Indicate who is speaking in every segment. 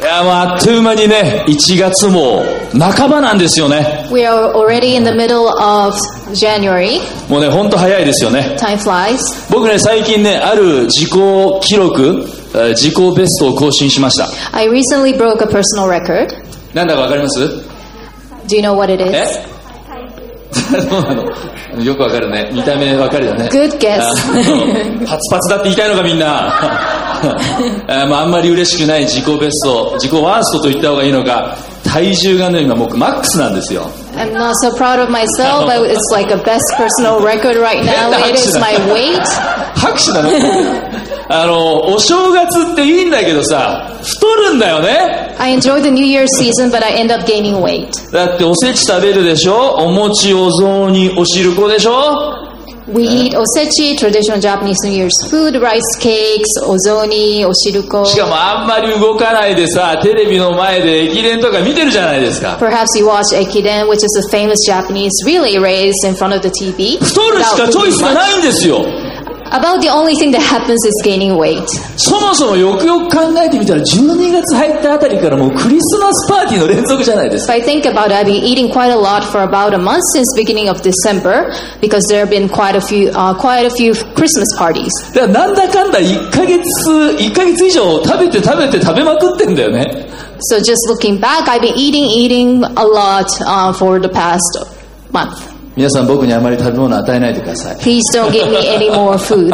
Speaker 1: いやもうあっという間にね1月も半ばなんですよね
Speaker 2: We are already in the middle of January.
Speaker 1: もうねほんと早いですよね
Speaker 2: Time flies.
Speaker 1: 僕ね最近ねある自己記録えー自己ベストを更新しました
Speaker 2: I recently broke a personal record.
Speaker 1: なんだかわかります
Speaker 2: Do you know what it
Speaker 1: え
Speaker 2: is?
Speaker 1: そうなのよくわかるね見た目わかるよね
Speaker 2: Good guess.
Speaker 1: あのパツパツだって言いたいのかみんな あまああんまり嬉しくない自己ベスト自己ワーストと言った方がいいのか体重がね今僕マックスなんですよ
Speaker 2: I'm not so proud of myself, but it's like a best personal record right now. It is my weight.
Speaker 1: 拍手だねあのお正月っていいんだけどさ太るんだよね
Speaker 2: I enjoy the New Year season, but I end up gaining weight.
Speaker 1: だっておせち食べるでしょお餅お雑煮お汁粉でしょ
Speaker 2: We eat osechi, traditional Japanese New Year's food, rice cakes, ozoni,
Speaker 1: しか
Speaker 2: oshiruko.
Speaker 1: もあんまり動かないでさテレビの前で駅伝とか見てるじゃないですか
Speaker 2: Perhaps you watch Ekiden, which is a famous Japanese relay race in front of the TV.
Speaker 1: 太るしか
Speaker 2: without
Speaker 1: チョイ
Speaker 2: moving
Speaker 1: スが
Speaker 2: much.
Speaker 1: ないんですよ
Speaker 2: About the only thing that happens is gaining weight.
Speaker 1: そもそもよくよく考えてみたら12月入ったあたりからもうクリスマスパーティーの連続じゃないです
Speaker 2: If
Speaker 1: か
Speaker 2: I think about it, I've been eating quite a lot for about a month since beginning of December because there have been quite a few, uh, quite a few Christmas parties.
Speaker 1: だからなんだかんだ1ヶ月1ヶ月以上食べて食べて食べまくってんだよね
Speaker 2: So just looking back, I've been eating, eating a lot uh, for the past month.
Speaker 1: 皆さん僕にあまり食べ物与えないでください
Speaker 2: Please don't give me any more food.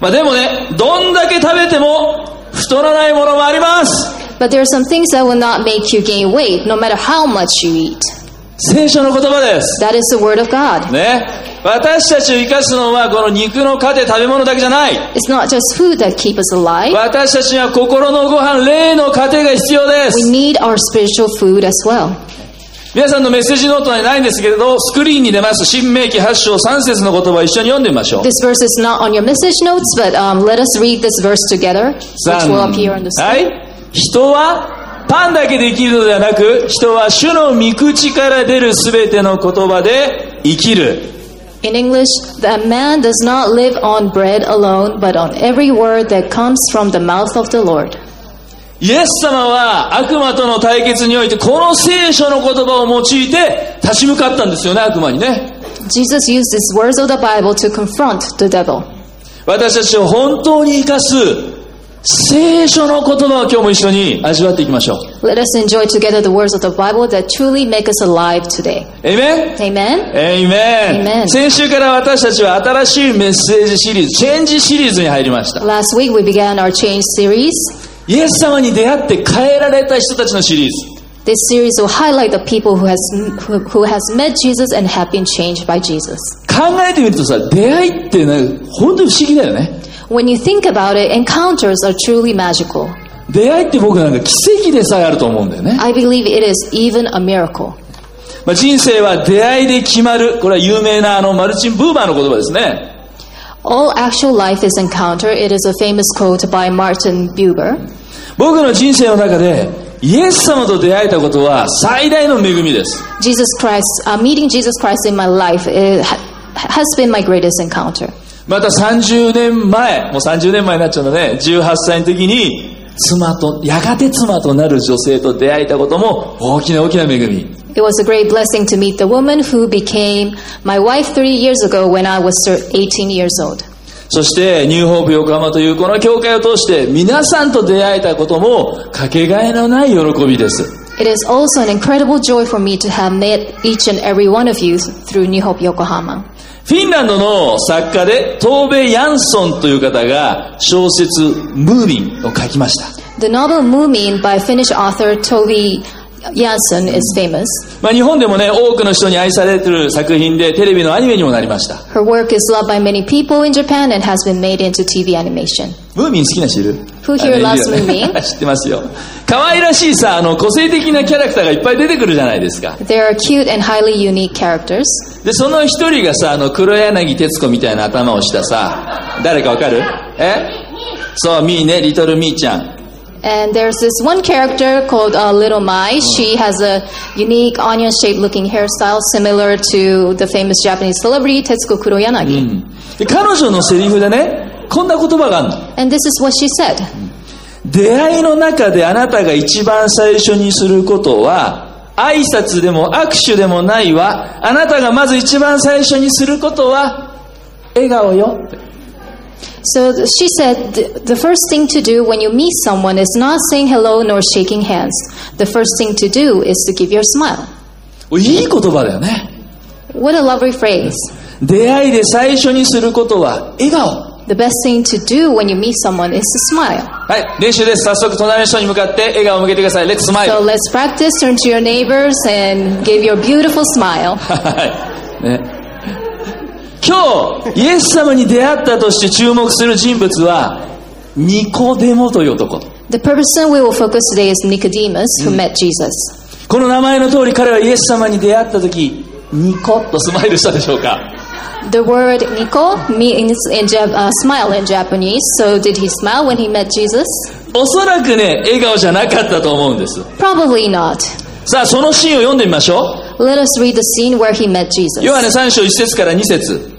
Speaker 1: まあでもねどんだけ食べても太らないものもあります
Speaker 2: But there are some things that will not make you gain weight, no matter how much you eat.
Speaker 1: 聖書の言葉です。
Speaker 2: That is the word of God.
Speaker 1: ね。私たちを生かすのはこの肉の糧食べ物だけじゃない。
Speaker 2: It's not just food that keep us alive.
Speaker 1: 私たちには心のご飯、霊の糧が必要で
Speaker 2: We
Speaker 1: す。
Speaker 2: need our spiritual food as well.
Speaker 1: 皆さんのメッセージノートにはないんですけれど、スクリーンに出ます、新明記8章3節の言葉を一緒に読んでみましょう。
Speaker 2: This verse is not on your message notes, but um, let us read this verse together, which
Speaker 1: 三
Speaker 2: will appear on the
Speaker 1: は
Speaker 2: screen.
Speaker 1: い。人はパンだけで生きるのではなく、人は主の御口から出るすべての言葉で生きる。
Speaker 2: In English, the man does not live on bread alone, but on every word that comes from the mouth of the Lord.
Speaker 1: イエス様は悪魔との対決においてこの聖書の言葉を用いて立ち向かったんですよね悪魔にね
Speaker 2: Jesus used these words of the Bible to confront the devil.
Speaker 1: 私たちを本当に生かす聖書の言葉を今日も一緒に味わっていきましょう
Speaker 2: Let us enjoy together the words of the Bible that truly make us alive today.
Speaker 1: エイメン
Speaker 2: Amen.
Speaker 1: エイメ
Speaker 2: Amen
Speaker 1: ン先週から私たちは新しいメッセージシリーズチェンジシリーズに入りました
Speaker 2: Last week we began our change series.
Speaker 1: イエス様に出会って変えられた人たちのシリーズ
Speaker 2: This series will highlight the people who has who, who has met Jesus and have been changed by Jesus.
Speaker 1: 考えてみるとさ出会いってね本当に不思議だよね
Speaker 2: When you think about it, encounters are truly magical.
Speaker 1: 出会いって僕なんか奇跡でさえあると思うんだよね
Speaker 2: I believe it is even a miracle.
Speaker 1: まあ、人生は出会いで決まる。これは有名なあのマルチン・ブーバーの言葉ですね。
Speaker 2: All actual life is encounter. It is a famous quote by Martin Buber.
Speaker 1: 僕の人生の中で、イエス様と出会えたことは最大の恵みです。
Speaker 2: Jesus Christ, uh, meeting Jesus Christ in my life it ha- has been my greatest encounter.
Speaker 1: また30年前、もう30年前になっちゃうのね、18歳の時に、妻と、やがて妻となる女性と出会えたことも大きな大きな恵み。
Speaker 2: It was a great blessing to meet the woman who became my wife three years ago when I was thir- 18 years old.
Speaker 1: そして、ニューホープ横浜というこの教会を通して、皆さんと出会えたことも、かけがえのない喜びです。
Speaker 2: It is also an incredible joy for me to have met each and every one of you through New Hope Yokohama.
Speaker 1: フィンランドの作家でトーベ・ヤンソンという方が小説「ムーミン」を書きました、
Speaker 2: The novel Moomin by Finnish author Tovi Jansson is famous.
Speaker 1: まあ、日本でもね多くの人に愛されてる作品でテレビのアニメにもなりました
Speaker 2: Her work is loved by many people in Japan and has been made into TV animation.
Speaker 1: ムーミン好きな人いる
Speaker 2: Who here
Speaker 1: あのいる
Speaker 2: loves
Speaker 1: よね
Speaker 2: Moomin?
Speaker 1: 知ってますよ可愛らしいさあの個性的なキャラクターがいっぱい出てくるじゃないですか
Speaker 2: There are cute and highly unique characters.
Speaker 1: でその一人がさあの黒柳徹子みたいな頭をしたさ誰かわかるえそうミーねリトルミーちゃん
Speaker 2: And there's this one character called uh, Little Mai. She has a unique onion-shaped looking hairstyle similar to the famous Japanese celebrity Tetsuko
Speaker 1: Mm.
Speaker 2: Kuroyanagi.
Speaker 1: で彼女のセリフでねこんな言葉があるの
Speaker 2: And this is what she said.
Speaker 1: 出会いの中であなたが一番最初にすることは挨拶でも握手でもないわあなたがまず一番最初にすることは笑顔よ
Speaker 2: So th- she said th- the first thing to do when you meet someone is not saying hello nor shaking hands. The first thing to do is to give your smile.
Speaker 1: おいい言葉だよね
Speaker 2: What a lovely phrase.
Speaker 1: 出会いで最初にすることは笑顔
Speaker 2: The best thing to do when you meet someone is to smile.
Speaker 1: はい練習です早速隣の人に向かって笑顔を向けてくださいレッツスマイル
Speaker 2: So let's practice, turn to your neighbors and give your beautiful smile.
Speaker 1: はいね、今日イエス様に出会ったとして注目する人物はニコデモという男
Speaker 2: The person we will focus today is Nicodemus who met Jesus.
Speaker 1: この名前の通り彼はイエス様に出会った時ニコッとスマイルしたでしょうか
Speaker 2: The word Nico means in Jap- uh, smile in Japanese. So did he smile when he met Jesus?
Speaker 1: おそらくね笑顔じゃなかったと思うんです
Speaker 2: Probably not.
Speaker 1: さあそのシーンを読んでみましょ
Speaker 2: Let us read the scene where he met
Speaker 1: うヨハ
Speaker 2: Jesus.
Speaker 1: ネ3章1節から2節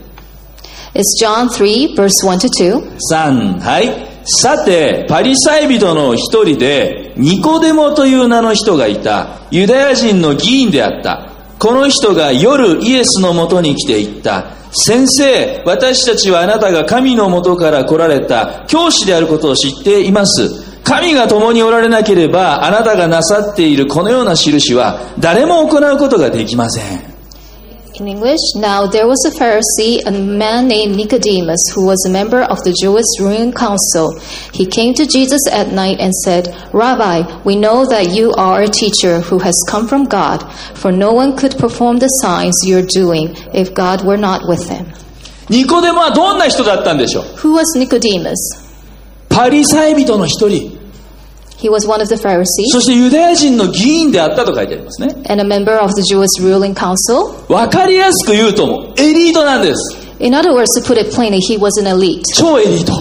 Speaker 2: It's John 3, verse 1 to 2.
Speaker 1: 3はいさてパリサイ人の一人でニコデモという名の人がいたユダヤ人の議員であったこの人が夜イエスのもとに来て言った先生私たちはあなたが神のもとから来られた教師であることを知っています神が共におられなければあなたがなさっているこのような印は誰も行うことができません
Speaker 2: In English, now there was a Pharisee, a man named Nicodemus, who was a member of the Jewish ruling council. He came to Jesus at night and said, Rabbi, we know that you are a teacher who has come from God, for no one could perform the signs you're doing if God were not with him.
Speaker 1: ニコデモはどんな人だったんでしょう
Speaker 2: Who was Nicodemus?
Speaker 1: パリサイ人の一人
Speaker 2: He was one of the Pharisees
Speaker 1: そしてユダヤ人の議員であったと書いてありますね。
Speaker 2: and a member of the Jewish ruling council.
Speaker 1: わかりやすく言うともうエリートなんです。
Speaker 2: In other words, to put it plainly, he was an elite,
Speaker 1: 超エリート。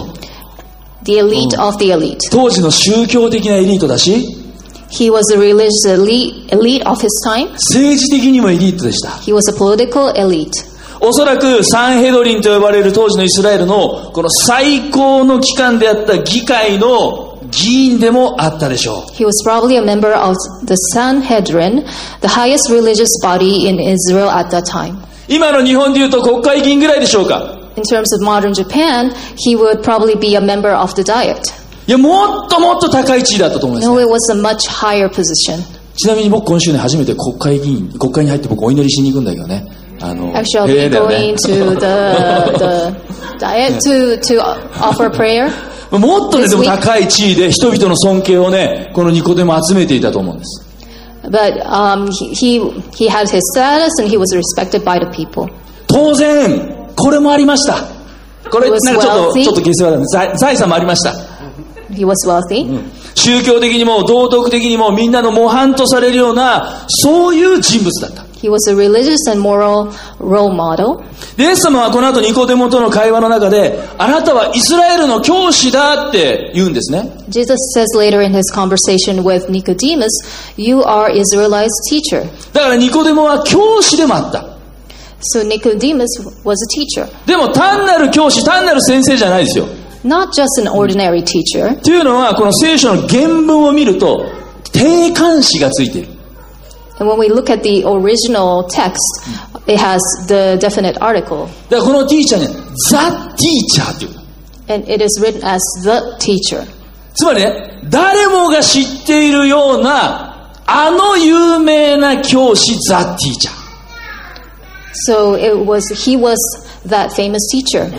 Speaker 2: the elite of the elite.
Speaker 1: 当時の宗教的なエリートだし、
Speaker 2: He was a religious elite, elite of his time.
Speaker 1: 政治的にもエリートでした。
Speaker 2: He was a political elite.
Speaker 1: おそらくサンヘドリンと呼ばれる当時のイスラエルのこの最高の機関であった議会の議員でもあったでしょ
Speaker 2: He was probably a member of the Sanhedrin, the highest religious body in Israel at that time.
Speaker 1: う。今の日本で言うと国会議員ぐらいでしょうか。
Speaker 2: In terms of modern Japan, he would probably be a member of the Diet.
Speaker 1: いや、もっともっと高い地位だったと思います、
Speaker 2: No,
Speaker 1: ね。
Speaker 2: it was a much higher position.
Speaker 1: ちなみに僕今週ね、初めて国会議員、国会に入って僕お祈りしに行くんだけどね。あの、
Speaker 2: Actually, I'll
Speaker 1: へ
Speaker 2: be
Speaker 1: えだよね
Speaker 2: going to the, the diet to, to offer prayer.
Speaker 1: もっとね、でも
Speaker 2: This week-
Speaker 1: 高い地位で人々の尊敬をね、このニコデモ集めていたと思うんです。
Speaker 2: But um, he, he, he had his status and he was respected by the people.
Speaker 1: 当然、これもありました。これ、
Speaker 2: It
Speaker 1: なん
Speaker 2: was
Speaker 1: かちょっと、
Speaker 2: wealthy.
Speaker 1: ちょっと下世話だね。財財産もありました。
Speaker 2: He was wealthy.
Speaker 1: 宗教的にも道徳的にもみんなの模範とされるような、そういう人物だった。
Speaker 2: He was a religious and moral role model.
Speaker 1: でイエス様はこの後ニコデモとの会話の中で、あなたはイスラエルの教師だって言うんですね。
Speaker 2: Jesus says later in his conversation with Nicodemus, You are Israelite's teacher.
Speaker 1: だからニコデモは教師でもあった。
Speaker 2: So Nicodemus was a teacher,
Speaker 1: でも単なる教師、単なる先生じゃないですよ。
Speaker 2: not just an ordinary teacher.
Speaker 1: というのはこの聖書の原文を見ると定冠詞がついている
Speaker 2: And when we look at the original text, it has the definite article.
Speaker 1: だからこのティーチャーねザ・ティーチャーっていう
Speaker 2: and it is written as the teacher.
Speaker 1: つまりね誰もが知っているようなあの有名な教師ザ・ティーチャー
Speaker 2: So it was he was that famous teacher,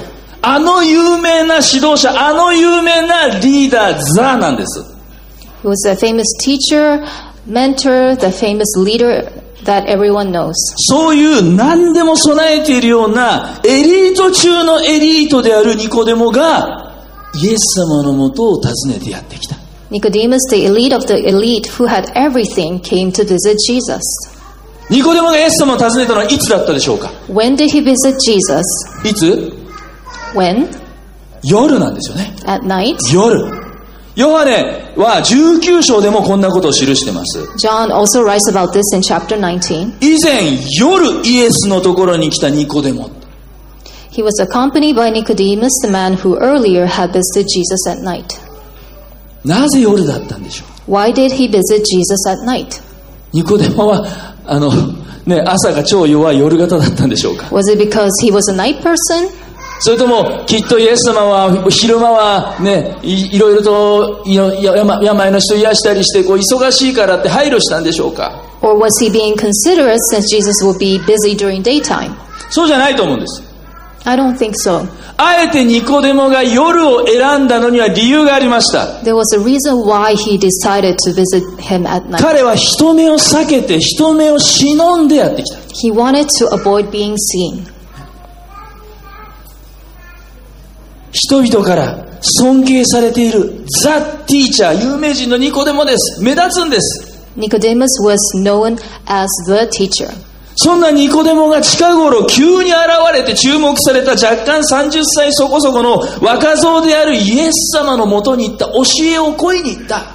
Speaker 1: あの有名な指導者あの有名なリーダーザなんです
Speaker 2: He was a famous teacher, mentor, the famous leader that everyone knows.
Speaker 1: そういう何でも備えているようなエリート中のエリートであるニコデモがイエス様のもとを訪ねてやってきた
Speaker 2: Nicodemus, the elite of the elite who had everything, came to visit Jesus.
Speaker 1: ニコデモがイエス様を訪ねたのはいつだったでしょうか
Speaker 2: When did he visit Jesus?
Speaker 1: いつ
Speaker 2: When?
Speaker 1: 夜なんですよね。
Speaker 2: At night.
Speaker 1: 夜。ヨハネは19章でもこんなことを記してます。
Speaker 2: John also writes about this in chapter 19.
Speaker 1: 以前、夜イエスのところに来たニコデモ。
Speaker 2: He was accompanied by Nicodemus, the man who earlier had visited Jesus at night.
Speaker 1: なぜ夜だったんでしょう
Speaker 2: Why did he visit Jesus at night?
Speaker 1: ニコデモは、あの、ね、朝が超弱い夜型だったんでしょうか
Speaker 2: Was it because he was a night person?
Speaker 1: それとも、きっとイエス様は、昼間はね、いいろいろといろややま病の人を癒したりして、こう忙しいからって配慮したんでしょうか
Speaker 2: Or was he being considerate since Jesus would be busy during daytime?
Speaker 1: そうじゃないと思うんです。
Speaker 2: I don't think so.
Speaker 1: あえてニコデモが夜を選んだのには理由がありました。
Speaker 2: There was a reason why he decided to visit him at night.
Speaker 1: 彼は人目を避けて、人目を忍んでやってきた。
Speaker 2: He wanted to avoid being seen.
Speaker 1: 人々から尊敬されているザ・ティーチャー、有名人のニコデモです。目立つんです。
Speaker 2: Nicodemus was known as the teacher.
Speaker 1: そんなニコデモが近頃急に現れて注目された若干30歳そこそこの若造であるイエス様のもとに行った教えを乞いに行った。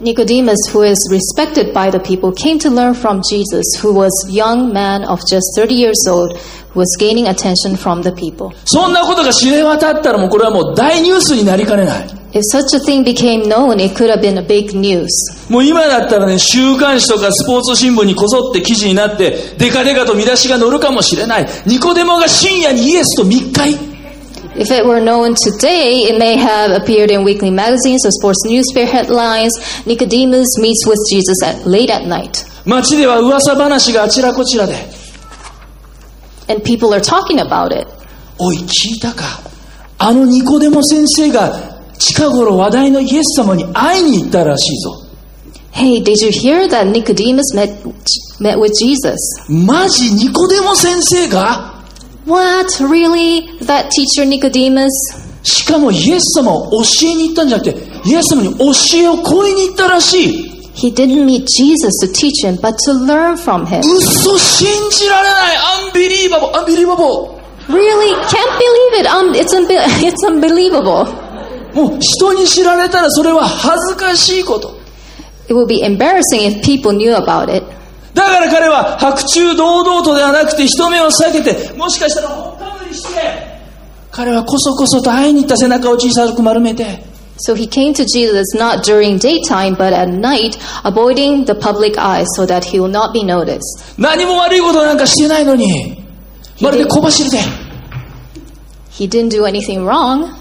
Speaker 2: Nicodemus, who is respected by the people, came to learn from Jesus, who was a young man of just 30 years old, who was gaining attention from the people.
Speaker 1: そんなことが知れ渡ったらもうこれはもう大ニュースになりかねない。
Speaker 2: If such a thing became known, it could have been a big news.
Speaker 1: もう今だったらね、週刊誌とかスポーツ新聞にこぞって記事になって、デカデカと見出しが載るかもしれない。ニコデモが深夜にイエスと密会。
Speaker 2: If it were known today, it may have appeared in weekly magazines or sports newspaper headlines. Nicodemus meets with Jesus at late at night.
Speaker 1: 街では噂話があちらこちらで
Speaker 2: And people are talking about it.
Speaker 1: 「おい聞いたかあのニコデモ先生が近頃話題のイエス様に会いに行ったらしいぞ
Speaker 2: Hey, did you hear that Nicodemus met met with Jesus?
Speaker 1: マジニコデモ先生が
Speaker 2: What? Really? That teacher Nicodemus?
Speaker 1: しかもイエス様を教えに行ったんじゃなくてイエス様に教えを請いに行ったらしい
Speaker 2: He didn't meet Jesus to teach him, but to learn from him.
Speaker 1: 嘘信じられないアンビリーバボーアンビリーバボー
Speaker 2: Really? Can't believe it. Um, it's unbe- it's unbelievable.
Speaker 1: もう人に知られたらそれは恥ずかしいこと
Speaker 2: It would be embarrassing if people knew about it.
Speaker 1: だから彼は白昼堂々とではなくて人目を避けてもしかしたらほっかむりして彼はこそこそと会いに行った背中を小さく丸めて
Speaker 2: So he came to Jesus not during daytime, but at night, avoiding the public eye so that he will not be noticed.
Speaker 1: 何も悪いことなんかしてないのにまるで小走りで
Speaker 2: He didn't do anything wrong.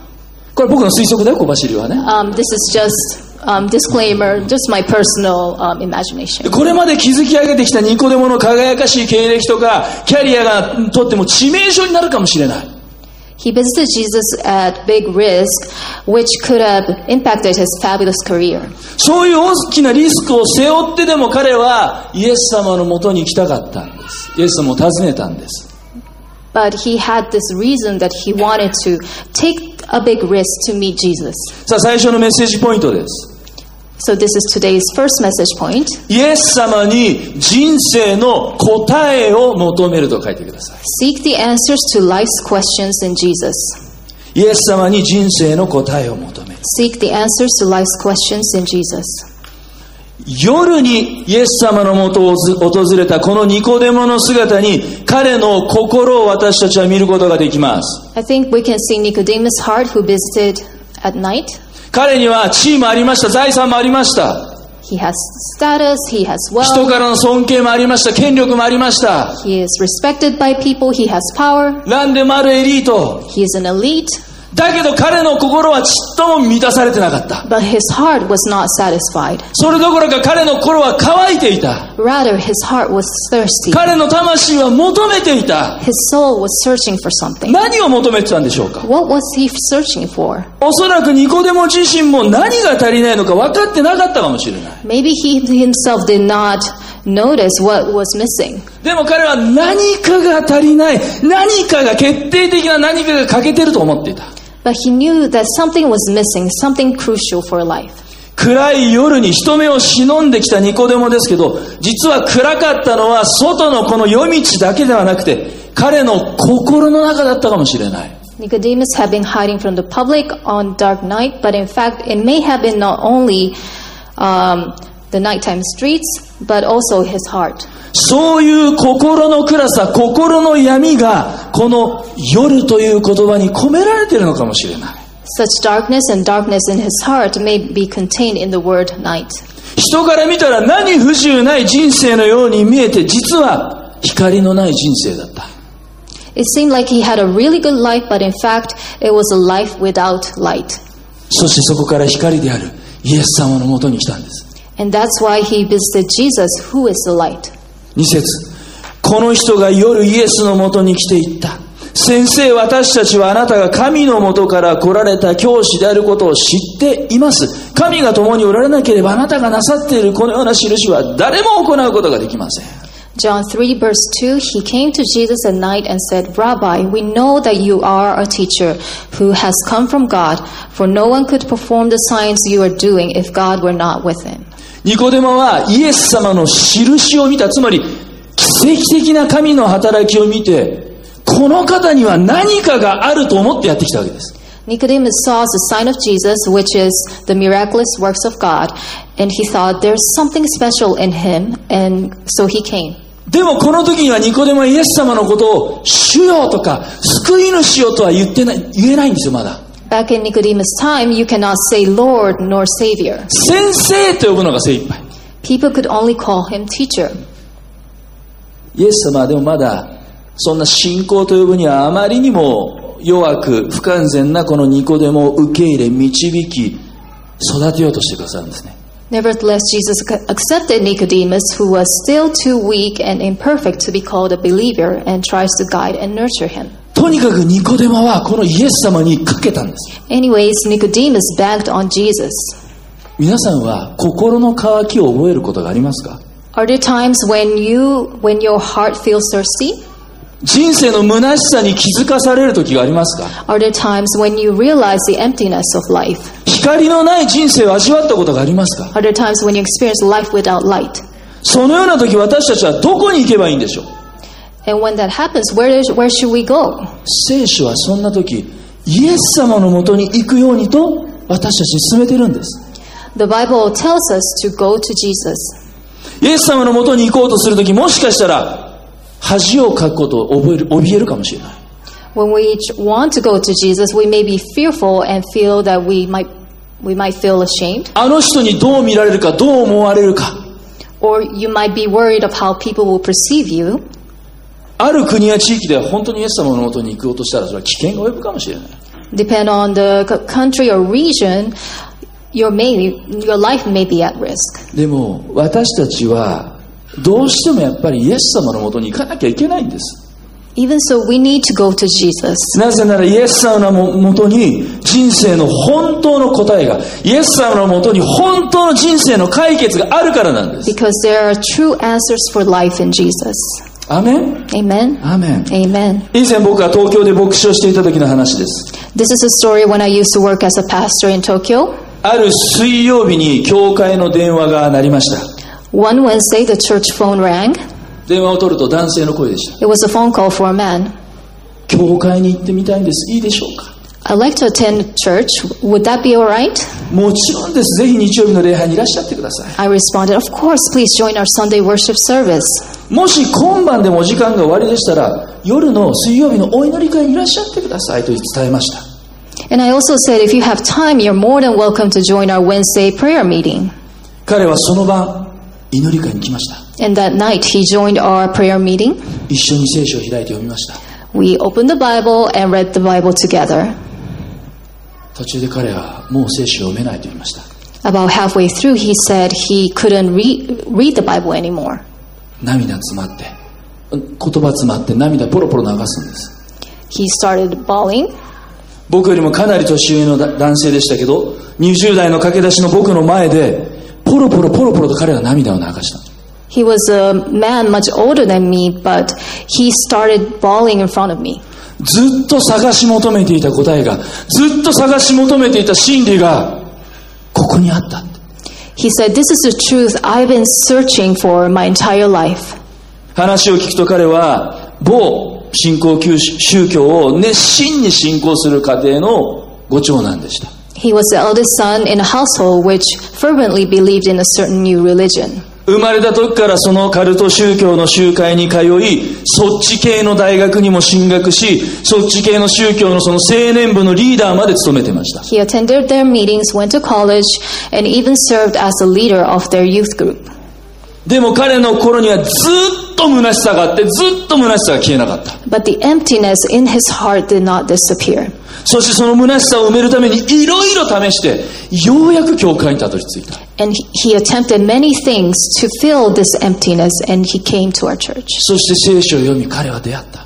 Speaker 1: これ僕の推測だよ小走りはね
Speaker 2: Um, this is just um, disclaimer, just my personal um, imagination.
Speaker 1: これまで築き上げてきたニコデモの輝かしい経歴とかキャリアがうんとっても致命傷になるかもしれない
Speaker 2: He visited Jesus at big risk, which could have impacted his fabulous career.
Speaker 1: そういう大きなリスクを背負ってでも彼はイエス様のもとに行きたかったんですイエス様を訪ねたんです
Speaker 2: But he had this reason that he wanted to take a big risk to meet Jesus.
Speaker 1: さあ最初のメッセージポイントです
Speaker 2: So, this is today's first message point.
Speaker 1: イエス様に人生の答えを求めると書いてくださ
Speaker 2: Seek the answers to life's questions in Jesus.
Speaker 1: い。イエス様に人生の答えを求める。
Speaker 2: Seek the answers to life's questions in Jesus.
Speaker 1: 夜にイエス様のもとを訪れたこのニコデモの姿に彼の心を私たちは見ることができます。
Speaker 2: I think we can see Nicodemus' heart who visited at night.
Speaker 1: 彼には地位もありました、財産もありました。
Speaker 2: He has status, he has
Speaker 1: 人
Speaker 2: wealth,
Speaker 1: からの尊敬もありました、権力もありました。
Speaker 2: he is respected by people, he has power,
Speaker 1: 何でもあるエリート。
Speaker 2: he is an elite.
Speaker 1: だけど彼の心はちっとも満たされてなかった。
Speaker 2: But his heart was not satisfied.
Speaker 1: それどころか彼の心は乾いていた。
Speaker 2: Rather, his heart was thirsty.
Speaker 1: 彼の魂は求めていた。
Speaker 2: His soul was searching for something.
Speaker 1: 何を求めてたんでしょうか
Speaker 2: What was he searching for?
Speaker 1: おそらくニコデモ自身も何が足りないのか分かってなかったかもしれない
Speaker 2: Maybe he himself did not notice what was missing.
Speaker 1: でも彼は何かが足りない何かが決定的な何かが欠けてると思っていた
Speaker 2: But he knew that something was missing, something crucial for life.
Speaker 1: 暗い夜に人目を忍んできたニコデモですけど実は暗かったのは外のこの夜道だけではなくて彼の心の中だったかもしれない
Speaker 2: Nicodemus had been hiding from the public on dark night, but in fact, it may have been not only um, the nighttime streets, but also his heart.
Speaker 1: そういう心の暗さ心の闇がこの夜という言葉に込められてるのかもしれない
Speaker 2: Such darkness and darkness in his heart may be contained in the word night.
Speaker 1: 人から見たら何不自由ない人生のように見えて実は光のない人生だった
Speaker 2: It seemed like he had a really good life, but in fact, it was a life without light.
Speaker 1: そしてそこから光であるイエス様のもとに来たんです
Speaker 2: And that's why he visited Jesus, who is the light.
Speaker 1: 2節この人が夜イエスのもとに来ていった先生私たちはあなたが神のもとから来られた教師であることを知っています神が共におられなければあなたがなさっているこのような印は誰も行うことができません
Speaker 2: John 3, verse 2 He came to Jesus at night and said, Rabbi, we know that you are a teacher who has come from God, for no one could perform the signs you are doing if God were not with him.
Speaker 1: ニコデモはイエス様の印を見たつまり奇跡的な神の働きを見てこの方には何かがあると思ってやってきたわけです
Speaker 2: Nicodemus saw the sign of Jesus, which is the miraculous works of God, and he thought there's something special in him, and so he came.
Speaker 1: でもこの時にはニコデモはイエス様のことを主よとか救い主よとは言ってない、言えないんですよ、まだ。
Speaker 2: Back in Nicodemus' time, you cannot say Lord nor Savior.
Speaker 1: 先生と呼ぶのが精一杯。
Speaker 2: People could only call him teacher.
Speaker 1: イエス様はでもまだ、そんな信仰と呼ぶにはあまりにも弱く不完全なこのニコデモを受け入れ、導き、育てようとしてくださるんですね。
Speaker 2: Nevertheless, Jesus ac- accepted Nicodemus, who was still too weak and imperfect to be called a believer, and tries to guide and nurture him.
Speaker 1: とにかくニコデモはこのイエス様にかけたんです。
Speaker 2: Anyways, Nicodemus begged on Jesus.
Speaker 1: 皆さんは心の渇きを覚えることがありますか
Speaker 2: Are there times when you, when your heart feels thirsty?
Speaker 1: 人生の虚しさに気づかされる時がありますか
Speaker 2: Are there times when you realize the emptiness of life?
Speaker 1: 光のない人生を味わったことがありますか
Speaker 2: Are there times when you experience life without light?
Speaker 1: そのような時私たちはどこに行けばいいんでしょう
Speaker 2: And when that happens, where, is, where should we go?
Speaker 1: 聖書はそんな時イエス様のもとに行くようにと私たちに勧めてるんです
Speaker 2: The Bible tells us to go to Jesus.
Speaker 1: イエス様のもとに行こうとする時もしかしたら恥をかくことを覚える怯えるかもしれない
Speaker 2: When we ch- want to go to Jesus, we may be fearful and feel that we might, we might feel ashamed,
Speaker 1: あの人にどう見られるかどう思われるか
Speaker 2: or you might be worried of how people will perceive you.
Speaker 1: ある国や地域では本当にイエス様のもとに行こうとしたらそれは危険が及ぶかもしれない
Speaker 2: Depend on the c- country or region, your, may, your life may be at risk.
Speaker 1: でも私たちはどうしてもやっぱりイエス様のもとに行かなきゃいけないんです
Speaker 2: Even so, we need to go to Jesus.
Speaker 1: なぜならイエス様のもとに人生の本当の答えが、イエス様のもとに本当の人生の解決があるからなんです。
Speaker 2: Because there are true answers for life in Jesus.
Speaker 1: アメン
Speaker 2: Amen.
Speaker 1: アメン。
Speaker 2: Amen.
Speaker 1: 以前僕が東京で牧師をしていた時の話です。
Speaker 2: This is a story when I used to work as a pastor in Tokyo.
Speaker 1: ある水曜日に教会の電話が鳴りました。
Speaker 2: One Wednesday, the church phone rang.
Speaker 1: 電話を取ると男性の声でし
Speaker 2: It was a phone call for a man.
Speaker 1: た。教会に行ってみたいんです。いいでしょうか
Speaker 2: I'd like to attend church. Would that be all right?
Speaker 1: もちろんです。ぜひ日曜日の礼拝にいらっしゃってください。
Speaker 2: I responded, Of course, please join our Sunday worship service.
Speaker 1: もし今晩でもお時間が終わりでしたら、夜の水曜日のお祈り会にいらっしゃってくださいと伝えました。
Speaker 2: And I also said, If you have time, you're more than welcome to join our Wednesday prayer meeting.
Speaker 1: 彼はその晩祈り会に来ました
Speaker 2: And that night, he joined our prayer meeting.
Speaker 1: 一緒に聖書を開いて読みました
Speaker 2: We opened the Bible and read the Bible together.
Speaker 1: 途中で彼はもう聖書を読めないと言いました
Speaker 2: About halfway through, he said he couldn't read, read the Bible anymore.
Speaker 1: 涙詰まってうん言葉詰まって涙ポロポロ流すんです
Speaker 2: He started bawling.
Speaker 1: 僕よりもかなり年上のだ男性でしたけど20代の駆け出しの僕の前でポロポロポロポロと彼は涙を流した
Speaker 2: He was a man much older than me, but he started bawling in front of me.
Speaker 1: ずっと探し求めていた答えがずっと探し求めていた真理がここにあったって
Speaker 2: He said, This is the truth I've been searching for my entire life.
Speaker 1: 話を聞くと彼は某信仰宗教を熱心に信仰する家庭のご長男でした
Speaker 2: He was the eldest son in a household which fervently believed in a certain new religion.
Speaker 1: 生まれた時からそのカルト宗教の集会に通い、そっち系の大学にも進学し、そっち系の宗教のその青年部のリーダーまで務めてました。
Speaker 2: He attended their meetings, went to college, and even served as the leader of their youth group.
Speaker 1: でも彼の頃にはずっと虚しさがあって、ずっと虚しさが消えなかった。
Speaker 2: But the emptiness in his heart did not disappear.
Speaker 1: そしてその虚しさを埋めるためにいろいろ試して、ようやく教会にたどり着いた。
Speaker 2: And he- he attempted many things to fill this emptiness, and he came to our church.
Speaker 1: そして聖書を読み彼は出会った。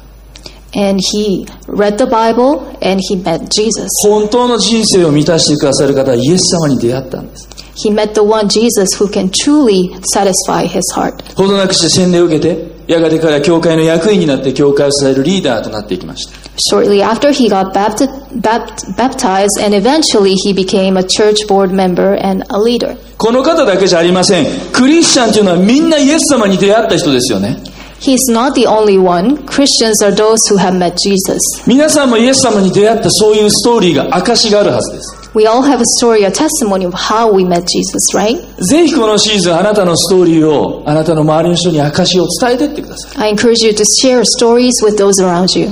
Speaker 2: And he read the Bible, and he met Jesus.
Speaker 1: 本当の人生を満たしてくださる方はイエス様に出会ったんです。
Speaker 2: He met the one Jesus who can truly satisfy his heart.
Speaker 1: ほどなくして洗礼を受けて、やがて彼は教会の役員になって教会を支えるリーダーとなっていきました。
Speaker 2: Shortly after, he got bapti- bapt- baptized, and eventually, he became a church board member and a leader.
Speaker 1: この方だけじゃありません。クリスチャンというのはみんなイエス様に出会った人ですよね。
Speaker 2: He's not the only one. Christians are those who have met Jesus.
Speaker 1: 皆さんもイエス様に出会ったそういうストーリーが証しがあるはずです。
Speaker 2: We all have a story, a testimony of how we met Jesus, right?
Speaker 1: ぜひこのシーズンあなたのストーリーをあなたの周りの人に証しを伝えていってください。
Speaker 2: I encourage you to share stories with those around you.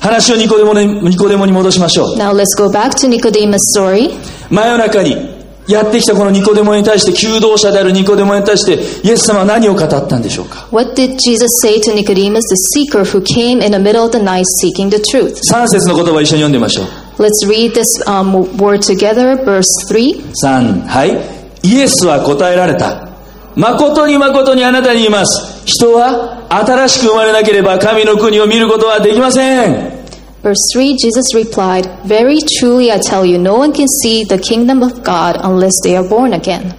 Speaker 1: 話をニコデモにニコデモに戻しましょう。
Speaker 2: Now, let's go back to Nicodemus' story.
Speaker 1: 真夜中にやってきたこのニコデモに対して、求道者であるニコデモに対して、イエス様は何を語ったんでしょうか。
Speaker 2: What did Jesus say to Nicodemus, the seeker who came in the middle of the night seeking the truth?
Speaker 1: 3節の言葉を一緒に読んでみましょう。
Speaker 2: Let's read this um, word together, verse 3.
Speaker 1: 3はいイエスは答えられた誠に誠にあなたに言います人は新しく生まれなければ神の国を見ることはできません
Speaker 2: Verse 3 Jesus replied, Very truly I tell you, no one can see the kingdom of God unless they are born again.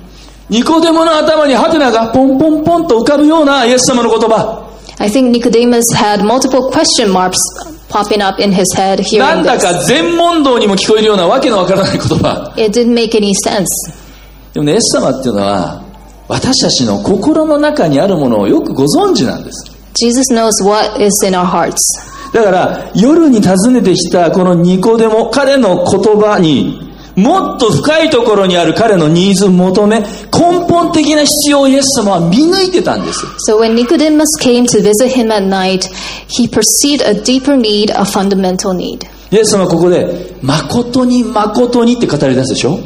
Speaker 1: ニコデモの頭にハテナがポンポンポンと浮かぶようなイエス様の言葉
Speaker 2: I think Nicodemus had multiple question marks popping up in his head
Speaker 1: な
Speaker 2: hearing
Speaker 1: んだ
Speaker 2: this.
Speaker 1: か全問答にも聞こえるようなわけのわからない言葉
Speaker 2: It didn't make any sense.
Speaker 1: でもねイエス様っていうのは私たちの心の中にあるものをよくご存知なんです
Speaker 2: Jesus knows what is in our hearts.
Speaker 1: だから夜に訪ねてきたこのニコデモ彼の言葉にもっと深いところにある彼のニーズ求め根本的な必要をイエス様は見抜いてたんです
Speaker 2: So when Nicodemus came to visit him at night, he perceived a deeper need, a fundamental need.
Speaker 1: イエス様はここで「誠に誠に」って語り出すでしょ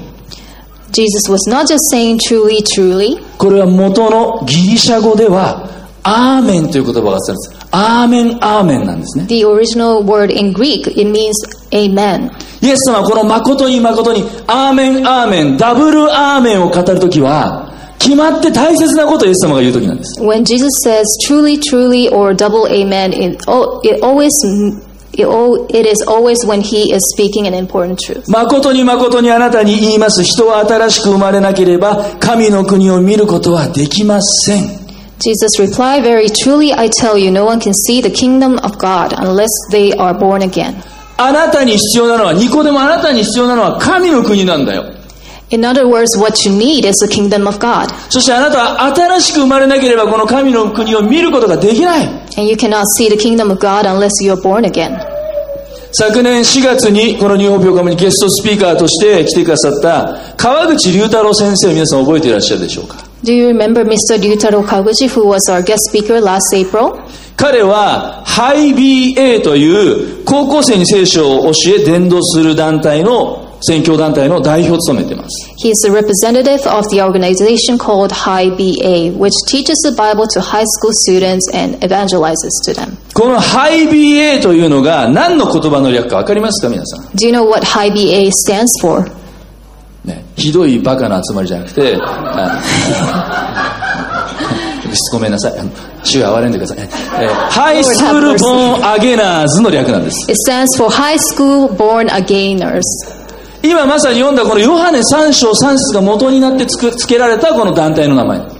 Speaker 2: Jesus was not just saying truly, truly.
Speaker 1: これは元のギリシャ語では「アーメン」という言葉が使われてますアーメンアーメンなんですね
Speaker 2: The original word in Greek, it means amen.
Speaker 1: イエス様はこの誠に誠に、アーメンアーメン、ダブルアーメンを語るときは、決まって大切なことをイエス様が言うときなんです。
Speaker 2: When Jesus says truly, truly, or double amen, it, al- it always it, al- it is always when he is speaking an important truth.
Speaker 1: 誠に誠にあなたに言います。人は新しく生まれなければ、神の国を見ることはできません。
Speaker 2: Jesus replied, Very truly I tell you, no one can see the kingdom of God unless they are born again.
Speaker 1: あなたに必要なのは、ニコでもあなたに必要なのは神の国なんだよ。
Speaker 2: In other words, what you need is the kingdom of God,
Speaker 1: そしてあなたは新しく生まれなければ、この神の国を見ることができない。
Speaker 2: and you cannot see the kingdom of God unless you are born again.
Speaker 1: 昨年4月にこの日本病館にゲストスピーカーとして来てくださった川口龍太郎先生皆さん覚えていらっしゃるでしょうか
Speaker 2: Do you remember Mr. Ryutaro Kaguchi, who was our guest speaker last April?
Speaker 1: 彼はハイ BA という高校生に聖書を教え伝道する団体の宣教団体の代表を務めています
Speaker 2: He is a representative of the organization called High BA, which teaches the Bible to high school students and evangelizes to them.
Speaker 1: このハイ BA というのが何の言葉の略か分かりますか皆さ
Speaker 2: Do you know what High BA stands for?
Speaker 1: ん、ね、ひどいバカな集まりじゃなくてあごめんなさいあの主を憐れんでください、えーハイスクールボーンアゲナーズの略なんです
Speaker 2: It stands for High School Born Againers.
Speaker 1: 今まさに読んだこのヨハネ3章3節が元になってつくつけられたこの団体の名前
Speaker 2: And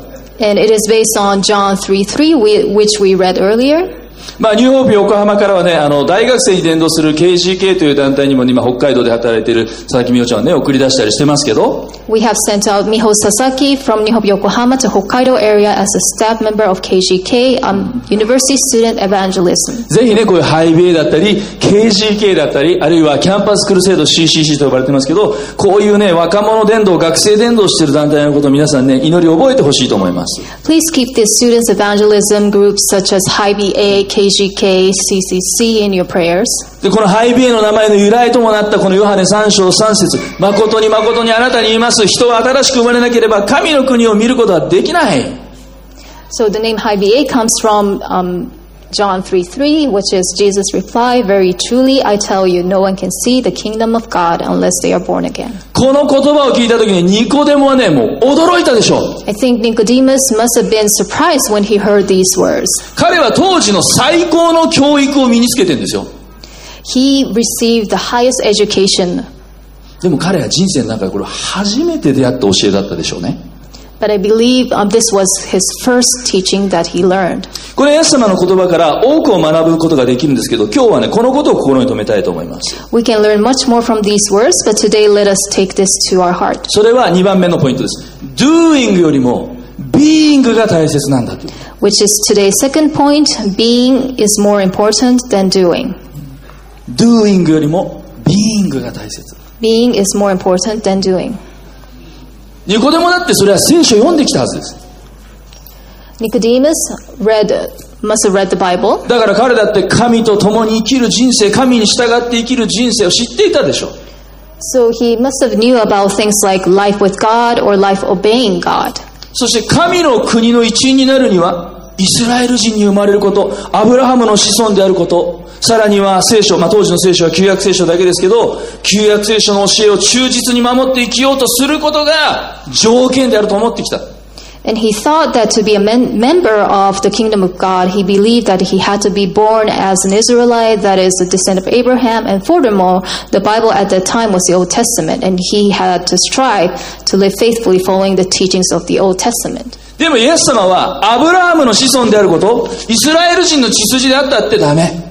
Speaker 2: it is based on John 3 3, which we read earlier.
Speaker 1: まあ、ニューホープ横浜からはね、あの、大学生に伝道する KGK という団体にも、今、北海道で働いている佐々木美代ちゃんをね、送り出したりしてますけど、
Speaker 2: We have sent out Miho Sasaki from Nihob Yokohama to Hokkaido area as a staff member of KGK, um, University Student Evangelism.
Speaker 1: ぜひね、こういうハイベイだったり、KGK だったり、あるいはキャンパスクルセイド CCC と呼ばれてますけど、こういうね、若者伝道、学生伝道してる団体のことを皆さんね、祈りを覚えてほしいと思います。
Speaker 2: Please keep the students evangelism groups such as High BA, KGK, CCC in your prayers.
Speaker 1: で、このハイビエの名前の由来ともなったこのヨハネ3章3節誠に誠にあなたに言います。人は新しく生まれなければ神の国を見ることはできない。
Speaker 2: So the name High BA comes from um, John 3 3, which is Jesus' reply Very truly, I tell you, no one can see the kingdom of God unless they are born again.
Speaker 1: この言葉を聞いた時にニコデモはね、もう驚いたでしょう。
Speaker 2: I think Nicodemus must have been surprised when he heard these words.
Speaker 1: 彼は当時の最高の教育を身につけてるんですよ。
Speaker 2: He received the highest education,
Speaker 1: でも彼は人生の中でこれ初めて出会った教えだったでしょうね。
Speaker 2: but I believe um, this was his first teaching that he learned.
Speaker 1: これイエス様の言葉から多くを学ぶことができるんですけど、今日はね、このことを心に留めたいと思います。
Speaker 2: We can learn much more from these words, but today let us take this to our heart.
Speaker 1: それは2番目のポイントです。doing よりも being が大切なんだという。
Speaker 2: which is today's second point being is more important than doing.
Speaker 1: doing よりも being が大切
Speaker 2: Being is more important than doing.
Speaker 1: ニコデモだってそれは聖書を読んできたはずです
Speaker 2: Nicodemus read, must have read the Bible.
Speaker 1: だから彼だって神と共に生きる人生神に従って生きる人生を知っていたでしょう
Speaker 2: So he must have knew about things like life with God or life obeying God.
Speaker 1: そして神の国の一員になるにはイスラエル人に生まれることアブラハムの子孫であることさらには聖書、まあ、当時の聖書は旧約聖書だけですけど旧約聖書の教えを忠実に守って生きようとすることが条件であると思ってきた
Speaker 2: And he thought that to be a men- member of the kingdom of God, he believed that he had to be born as an Israelite, that is, a descendant of Abraham. And furthermore, the Bible at that time was the Old Testament, and he had to strive to live faithfully following the teachings of the Old Testament.
Speaker 1: でもイエス様はアブラハムの子孫であること、イスラエル人の血筋であったってダメ。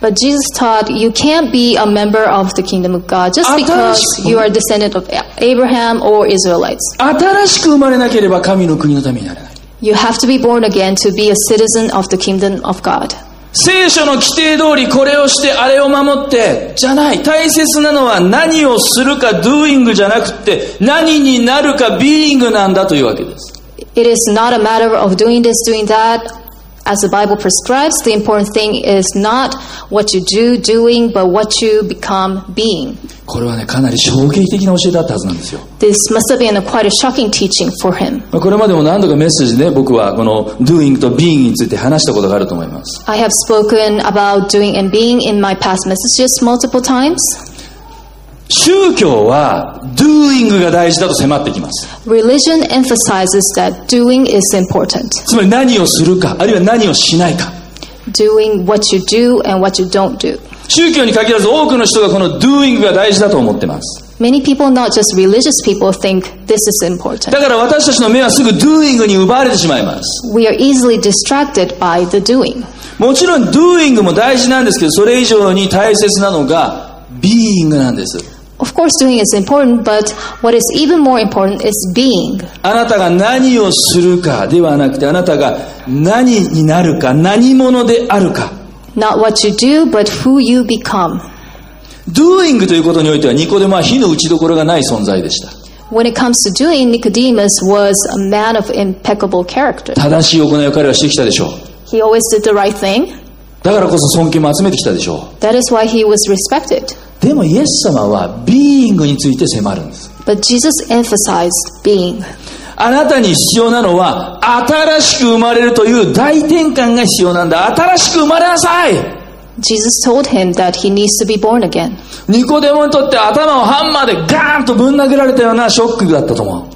Speaker 2: But Jesus taught you can't be a member of the kingdom of God just because you are a descendant of Abraham or Israelites.
Speaker 1: 新しく生まれなければ神の国のためになれない。
Speaker 2: You have to be born again to be a citizen of the kingdom of God.
Speaker 1: 聖書の規定通りこれをしてあれを守ってじゃない。大切なのは何をするか doing じゃなくって何になるか being なんだというわけです。
Speaker 2: It is not a matter of doing this, doing that. As the Bible prescribes, the important thing is not what you do, doing, but what you become, being.
Speaker 1: これはね、かなり衝撃的な教えだったはずなんですよ。
Speaker 2: This must have been a quite a shocking teaching for him.
Speaker 1: まあこれまでも何度かメッセージで僕はこの doing と being について話したことがあると思います。
Speaker 2: I have spoken about doing and being in my past messages multiple times.
Speaker 1: 宗教は doing が大事だと迫ってきます。
Speaker 2: Religion emphasizes that doing is important.
Speaker 1: つまり何をするか、あるいは何をしないか。
Speaker 2: Doing what you do and what you don't do.
Speaker 1: 宗教に限らず多くの人がこの doing が大事だと思ってます。
Speaker 2: Many people, not just religious people, think this is important.
Speaker 1: だから私たちの目はすぐ doing に奪われてしまいます。
Speaker 2: We are easily distracted by the doing.
Speaker 1: もちろん doing も大事なんですけど、それ以上に大切なのが being なんです。
Speaker 2: Of course, doing is important, but what is even more important is being.
Speaker 1: あなたが何をするかではなくて、あなたが何になるか、何者であるか。
Speaker 2: Not what you do, but who you become.
Speaker 1: doing ということにおいてはニコデモは火の打ちどころがない存在でした。
Speaker 2: When it comes to doing, Nicodemus was a man of impeccable character.
Speaker 1: 正しい行いを彼はしてきたでしょう。
Speaker 2: He always did the right thing.
Speaker 1: だからこそ尊敬も集めてきたでしょう。
Speaker 2: That is why he was respected.
Speaker 1: でもイエス様はビーイングについて迫るんです。
Speaker 2: But Jesus emphasized being.
Speaker 1: あなたに必要なのは新しく生まれるという大転換が必要なんだ。新しく生まれなさい
Speaker 2: Jesus told him that he needs to be born again.
Speaker 1: ニコデモにとって頭をハンマーでガーンとぶん殴られたようなショックだったと思う。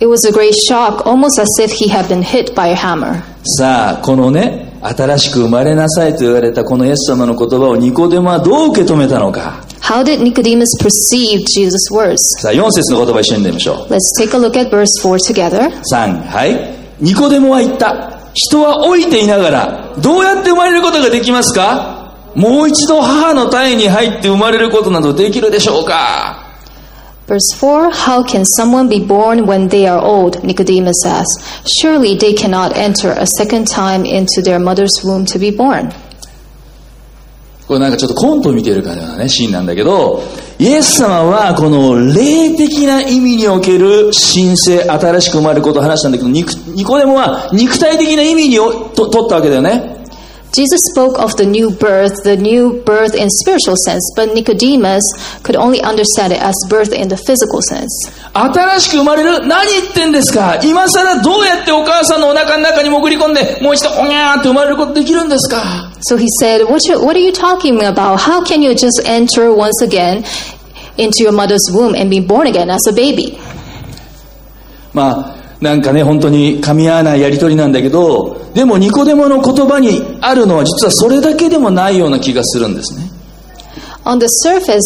Speaker 2: It was a great shock, almost as if he had been hit by a hammer.
Speaker 1: さあ、このね、新しく生まれなさいと言われたこのイエス様の言葉をニコデモはどう受け止めたのか。
Speaker 2: How did Nicodemus perceive Jesus' words?
Speaker 1: さあ、4節の言葉一緒に出ましょう。
Speaker 2: Let's take a look at verse 4 together.
Speaker 1: 3、はい。ニコデモは言った。人は老いていながら、どうやって生まれることができますかもう一度母の体に入って生まれることなどできるでしょうか
Speaker 2: Verse 4 How can someone be born when they are old? Nicodemus asked. Surely they cannot enter a second time into their mother's womb to be born.
Speaker 1: これなんかちょっとコント見てるかのようなね、シーンなんだけど、イエス様はこの霊的な意味における神聖、新しく生まれることを話したんだけど、ニクニコデモは肉体的な意味におと取ったわけだよね。
Speaker 2: Jesus spoke of the new birth, the new birth in spiritual sense, but Nicodemus could only understand it as birth in the physical sense.
Speaker 1: 新しく生まれる何言ってんですか今更どうやってお母さんのお腹の中に潜り込んで、もう一度おにゃーって生まれることできるんですか
Speaker 2: So he said, what, you, what are you talking about? How can you just enter once again into your mother's womb and be born again as a baby?
Speaker 1: まあ、なんかね、本当に噛み合わないやりとりなんだけど、でもニコデモの言葉にあるのは実はそれだけでもないような気がするんですね。
Speaker 2: On the surface,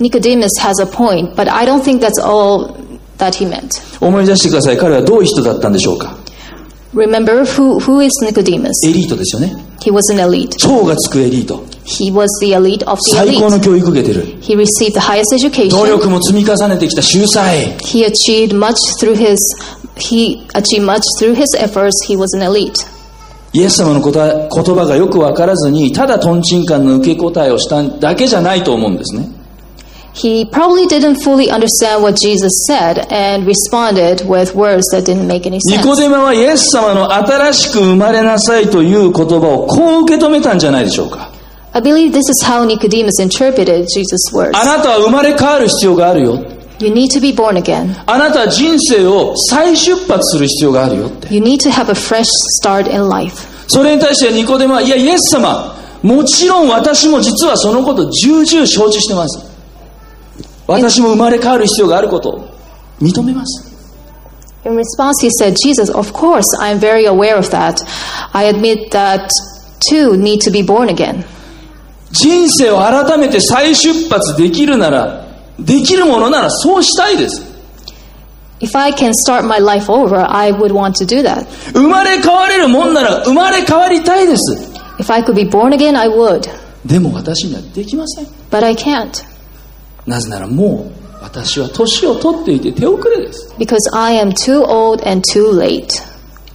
Speaker 2: Nicodemus has a point, but I don't think that's all that he meant.
Speaker 1: 思い出してください。彼はどういう人だったんでしょうか
Speaker 2: Remember, who, who is Nicodemus?
Speaker 1: エリートですよね。
Speaker 2: He was an elite.
Speaker 1: 超がつくエリート。
Speaker 2: He was the elite of the
Speaker 1: 最高の
Speaker 2: elite.
Speaker 1: 教育を受けてる。
Speaker 2: He received the highest
Speaker 1: 努
Speaker 2: education.
Speaker 1: 力も積み重ねてきた秀才。
Speaker 2: He achieved much through his he achieved much through his efforts. He was an elite.
Speaker 1: イエス様のことは言葉がよくわからずに、ただトンチンカンの受け答えをしただけじゃないと思うんですね。
Speaker 2: He probably didn't fully understand what Jesus said and responded with words that didn't make any
Speaker 1: ニコ
Speaker 2: sense.
Speaker 1: デマはイエス様の新しく生まれなさいという言葉をこう受け止めたんじゃないでしょうか。
Speaker 2: I believe this is how Nicodemus interpreted Jesus' words.
Speaker 1: あなたは生まれ変わる必要があるよ。
Speaker 2: You need to be born again.
Speaker 1: あなたは人生を再出発する必要があるよって。
Speaker 2: You need to have a fresh start in life.
Speaker 1: それに対してニコデマは、いや、イエス様、もちろん私も実はそのこと重々承知してます。私も生まれ変わる必要があることを認めます。
Speaker 2: In response, he said, Jesus, of course, I'm very aware of that. I admit that too need to be born again.
Speaker 1: 人生を改めて再出発できるなら、できるものならそうしたいです。
Speaker 2: If I can start my life over, I would want to do that.
Speaker 1: 生まれ変われるもんなら生まれ変わりたいです。
Speaker 2: If I could be born again, I would.
Speaker 1: でも私にはできません。
Speaker 2: But I can't
Speaker 1: なぜならもう私は年を取っていて手遅れです。
Speaker 2: because I am too old and too late.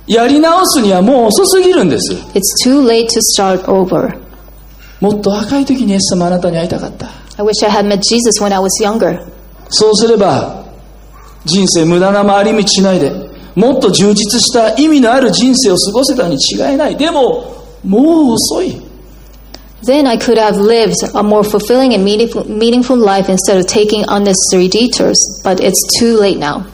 Speaker 1: やり直すにはもう遅すぎるんです。
Speaker 2: It's too late to start over.
Speaker 1: もっと若い時にイエス様あなたに会いたかった。
Speaker 2: I wish I had met Jesus when I was younger.
Speaker 1: そうすれば、人生無駄な回り道しないで、もっと充実した意味のある人生を過ごせたに違いない。でも、もう遅い。
Speaker 2: Then I could have lived a more fulfilling and meaningful, meaningful life instead of taking unnecessary detours, but it's too late now.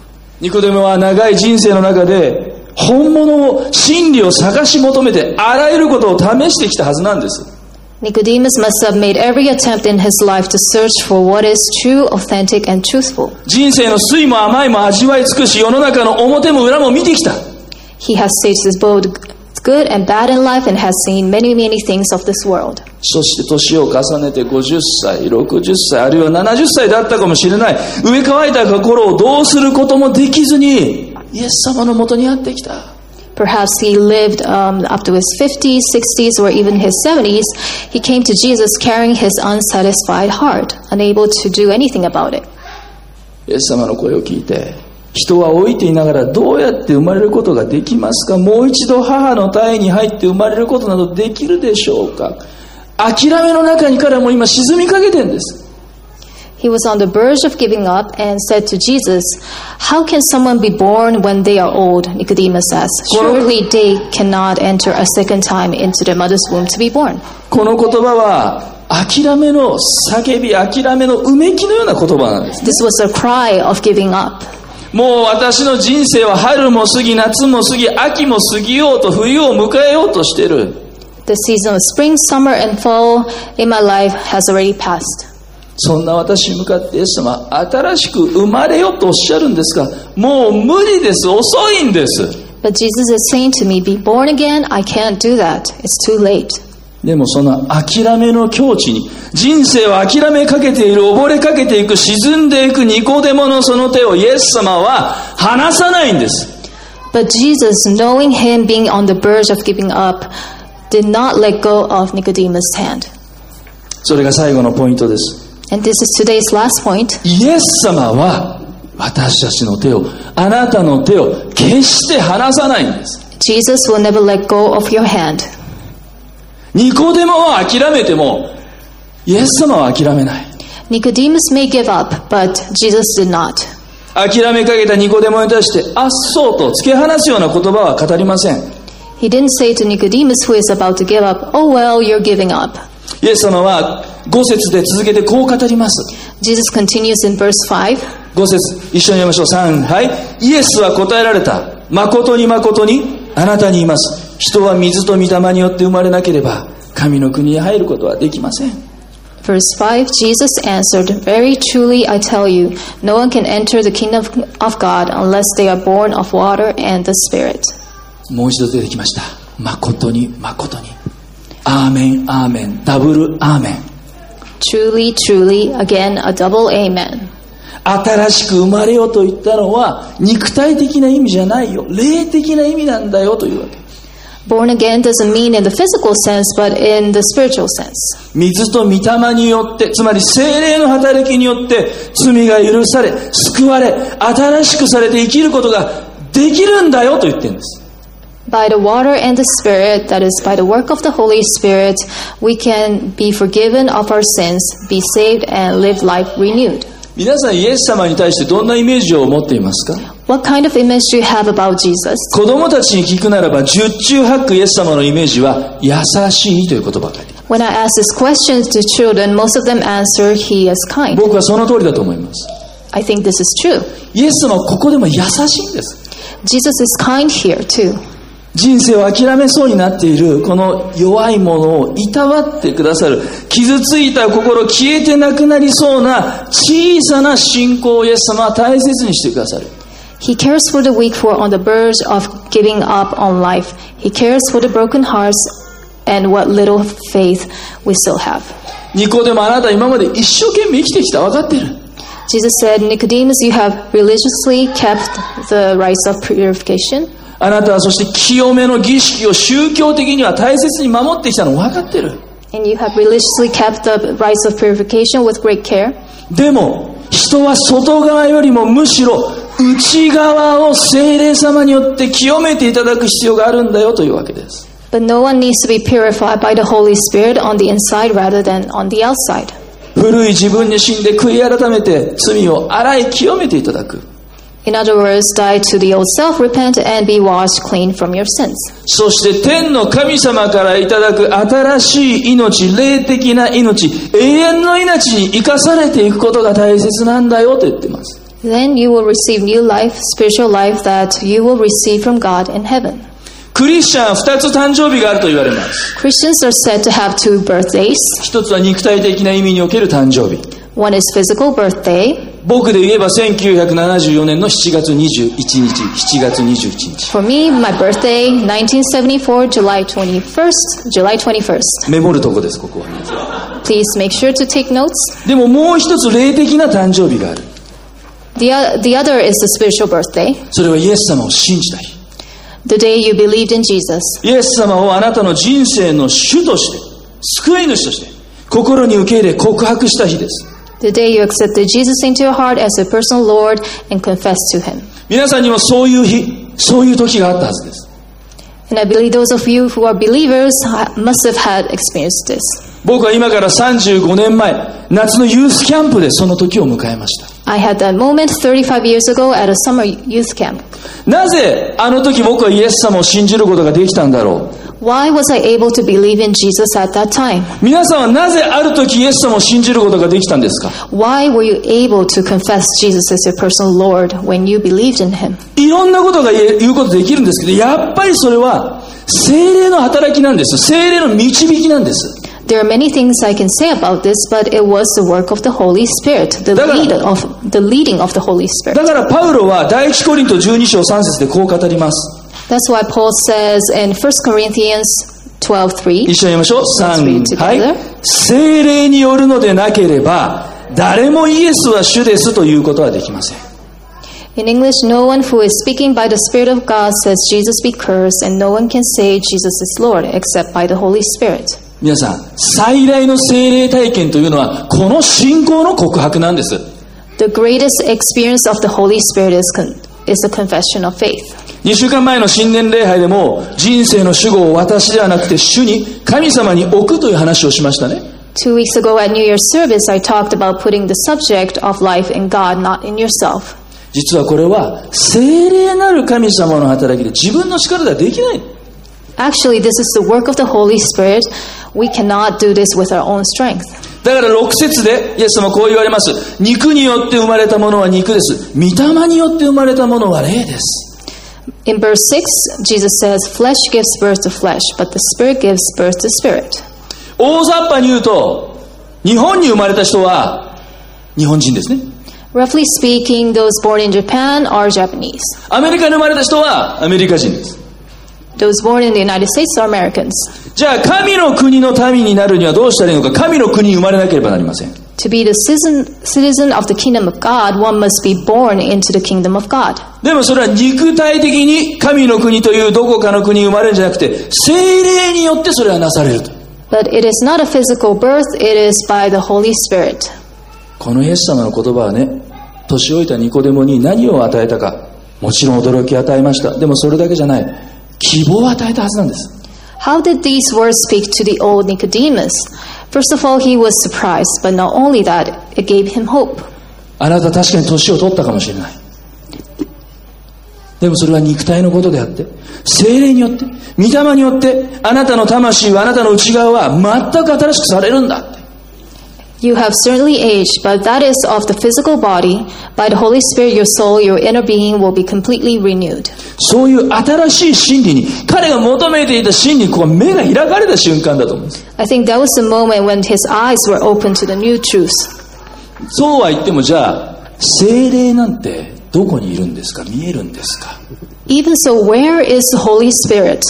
Speaker 1: ニコデモは長い人生の中で、本物を、真理を探し求めて、あらゆることを試してきたはずなんです。
Speaker 2: Nicodemus must have made every attempt in his life to search for what is true, authentic, and truthful.
Speaker 1: 人生の酸いも甘いも味わい尽くし、世の中の表も裏も見てきた。
Speaker 2: He has tasted both good and bad in life and has seen many, many things of this world.
Speaker 1: そして年を重ねて50歳、60歳、あるいは70歳だったかもしれない。植え替えた心をどうすることもできずに、イエス様のもとにやってきた。
Speaker 2: Perhaps he lived um, up to his 50s, 60s, or even his 70s. He came to Jesus carrying his unsatisfied heart, unable to do anything about it.
Speaker 1: イエス様の声を聞いて、人は老いていながらどうやって生まれることができますかもう一度母の体に入って生まれることなどできるでしょうか諦めの中にからも今沈みかけてんです。
Speaker 2: He was on the verge of giving up and said to Jesus, How can someone be born when they are old? Nicodemus asked. Surely they cannot enter a second time into their mother's womb to be born.
Speaker 1: この言葉は、諦めの叫び、諦めのうめきのような言葉なんです。
Speaker 2: This was a cry of giving up.
Speaker 1: もう私の人生は春も過ぎ、夏も過ぎ、秋も過ぎようと、冬を迎えようとしてる。
Speaker 2: The season of spring, summer, and fall in my life has already passed.
Speaker 1: そんな私に向かってイエス様、新しく生まれよとおっしゃるんですが、もう無理です。遅いんです。
Speaker 2: But Jesus is saying to me, Be born again? I can't do that. It's too late.
Speaker 1: でもその諦めの境地に、人生を諦めかけている、溺れかけていく、沈んでいくニコデモのその手をイエス様は離さないんです。
Speaker 2: But Jesus, knowing him being on the verge of giving up, did not let go of Nicodemus' hand.
Speaker 1: それが最後のポイントです。
Speaker 2: And this is today's last point.
Speaker 1: イエス様は私たちの手を、あなたの手を決して離さないんです。
Speaker 2: Jesus will never let go of your hand.
Speaker 1: ニコデモは諦めても、イエス様は諦めない。
Speaker 2: Nicodemus may give up, but Jesus did not.
Speaker 1: 諦めかけたニコデモに対して、あっそうと突き放すような言葉は語りません。
Speaker 2: He didn't say to Nicodemus, who is about to give up, Oh, well, you're giving up.
Speaker 1: イエス様は5節で続けてこう語ります。
Speaker 2: Jesus continues in verse 5.
Speaker 1: 5節一緒に読みましょう。3、はい。イエスは答えられた。誠に誠に、あなたにいます。人は水と御霊によって生まれなければ、神の国へ入ることはできません。
Speaker 2: Verse 5 Jesus answered, Very truly I tell you, no one can enter the kingdom of- of God unless they are born of water and the Spirit.
Speaker 1: もう一度出てきました。誠に誠に。アーメン、アーメン、ダブルアーメン。
Speaker 2: Truly, truly, again, a double amen.
Speaker 1: 新しく生まれよと言ったのは、肉体的な意味じゃないよ。霊的な意味なんだよというわけ。
Speaker 2: Born again doesn't mean in the physical sense, but in the spiritual sense.
Speaker 1: 水と御霊によってつまり精霊の働きによって罪が許され救われ新しくされて生きることができるんだよと言ってるんです
Speaker 2: By the water and the Spirit, that is, by the work of the Holy Spirit, we can be forgiven of our sins, be saved, and live life renewed.
Speaker 1: 皆さんイエス様に対してどんなイメージを持っていますか
Speaker 2: What kind of image do you have about Jesus?
Speaker 1: 子供たちに聞くならば十中八九イエス様のイメージは優しいということばかり
Speaker 2: When I ask this question to children, most of them answer, He is kind.
Speaker 1: 僕はその通りだと思います
Speaker 2: I think this is true.
Speaker 1: イエス様はここでも優しいんです
Speaker 2: Jesus is kind here, too.
Speaker 1: 人生を諦めそうになっているこの弱いものをいたわってくださる傷ついた心消えてなくなりそうな小さな信仰をイエス様は大切にしてくださる
Speaker 2: He cares for the weak who are on the verge of giving up on life. He cares for the broken hearts and what little faith we still have.
Speaker 1: ニコでもあなた今まで一生懸命生きてきた分かってる
Speaker 2: Jesus said, Nicodemus, you have religiously kept the rites of purification.
Speaker 1: あなたはそして清めの儀式を宗教的には大切に守ってきたの分かってる
Speaker 2: And you have religiously kept the rites of purification with great care.
Speaker 1: でも人は外側よりもむしろ内側を精霊様によって清めていただく必要があるんだよというわけです
Speaker 2: But no one needs to be purified by the Holy Spirit on the inside rather than on the outside.
Speaker 1: 古い自分に死んで悔い改めて罪を洗い清めていただく
Speaker 2: In other words, die to the old self, repent, and be washed clean from your sins.
Speaker 1: そして天の神様からいただく新しい命霊的な命永遠の命に生かされていくことが大切なんだよと言ってます
Speaker 2: Then you will receive new life, spiritual life that you will receive from God in heaven.
Speaker 1: クリスチャンは2つ誕生日があると言われます
Speaker 2: Christians are said to have two birthdays.
Speaker 1: 一つは肉体的な意味における誕生日
Speaker 2: One is physical birthday,
Speaker 1: 僕で言えば1974年の7月21日7月21日
Speaker 2: For me, my birthday, 1974, July 21st, July 21st.
Speaker 1: メモるとこですここは
Speaker 2: Please make sure to take notes.
Speaker 1: でももう一つ霊的な誕生日がある
Speaker 2: The, o- the other is the spiritual birthday,
Speaker 1: それはイエス様を信じた日
Speaker 2: the day you believed in Jesus.
Speaker 1: イエス様をあなたの人生の主として、救い主として、心に受け入れ告白した日です。
Speaker 2: The day you accepted Jesus into your heart as your personal Lord and confessed to Him.
Speaker 1: 皆さんにもそういう日、そういう時があったはずです。
Speaker 2: And I believe those of you who are believers ha- must have had experienced this.
Speaker 1: 僕は今から35年前、夏のユースキャンプでその時を迎えました。
Speaker 2: I had that moment 35 years ago at a summer youth camp.
Speaker 1: なぜあの時僕はイエス様を信じることができたんだろ
Speaker 2: Why was I able to believe in Jesus at that time?
Speaker 1: う皆さんはなぜある時イエス様を信じることができたんですか
Speaker 2: Why were you able to confess Jesus as your personal Lord when you believed in Him?
Speaker 1: いろんなことが言え言うことできるんですけど、やっぱりそれは精霊の働きなんです。精霊の導きなんです。
Speaker 2: There are many things I can say about this, but it was the work of the Holy Spirit, the,
Speaker 1: だから-
Speaker 2: lead of, the leading of the Holy
Speaker 1: だ
Speaker 2: Spirit.
Speaker 1: からパウロは第一コリント12章3節でこう語ります。
Speaker 2: That's why Paul says in 1 Corinthians 12:3,
Speaker 1: 一緒に読みましょう。3。
Speaker 2: read together.
Speaker 1: はい。精霊によるのでなければ、誰もイエスは主ですということはできません。
Speaker 2: In English, no one who is speaking by the Spirit of God says Jesus be cursed, and no one can say Jesus is Lord except by the Holy Spirit.
Speaker 1: 皆さん、最大の精霊体験というのは、この信仰の告白なんです。
Speaker 2: The greatest experience of the Holy Spirit is, con- is the confession of faith.
Speaker 1: 2週間前の新年礼拝でも、人生の主語を私ではなくて主に、神様に置くという話をしましたね。
Speaker 2: Two weeks ago at New Year's service, I talked about putting the subject of life in God, not in yourself.
Speaker 1: 実はこれは、精霊なる神様の働きで自分の力ではできない。
Speaker 2: Actually, this is the work of the Holy Spirit. We cannot do this with our own strength.
Speaker 1: だから6節でイエス様こう言われます。肉によって生まれたものは肉です。御霊によって生まれたものは霊です。
Speaker 2: In verse 6, Jesus says, Flesh gives birth to flesh, but the Spirit gives birth to spirit.
Speaker 1: 大雑把に言うと、日本に生まれた人は日本人ですね。
Speaker 2: Roughly speaking, those born in Japan are Japanese.
Speaker 1: アメリカに生まれた人はアメリカ人です。
Speaker 2: Those born in the United States are Americans.
Speaker 1: じゃあ神の国の民になるにはどうしたらいいのか、神の国に生まれなければなりません。
Speaker 2: To be the citizen, citizen of the kingdom of God, one must be born into the kingdom of God.
Speaker 1: でもそれは肉体的に神の国というどこかの国に生まれるんじゃなくて、精霊によってそれはなされると。
Speaker 2: But it is not a physical birth, it is by the Holy Spirit.
Speaker 1: このイエス様の言葉はね年老いたニコデモに何を与えたかもちろん驚きを与えましたでもそれだけじゃない希望を与えたはずなんです
Speaker 2: How did these words speak to the old Nicodemus? First of all, he was surprised, but not only that, it gave him hope.
Speaker 1: あなた確かに年を取ったかもしれないでもそれは肉体のことであって精霊によって御霊によってあなたの魂はあなたの内側は全く新しくされるんだって
Speaker 2: You have certainly aged, but that is of the physical body. By the Holy Spirit, your soul, your inner being will be completely renewed.
Speaker 1: そういう新しい真理に彼が求めていた真理にここ目が開かれた瞬間だと思うんです
Speaker 2: I think that was the moment when his eyes were open to the new truths.
Speaker 1: そうは言ってもじゃあ精霊なんてどこにいるんですか見えるんですか
Speaker 2: Even so, where is the Holy Spirit?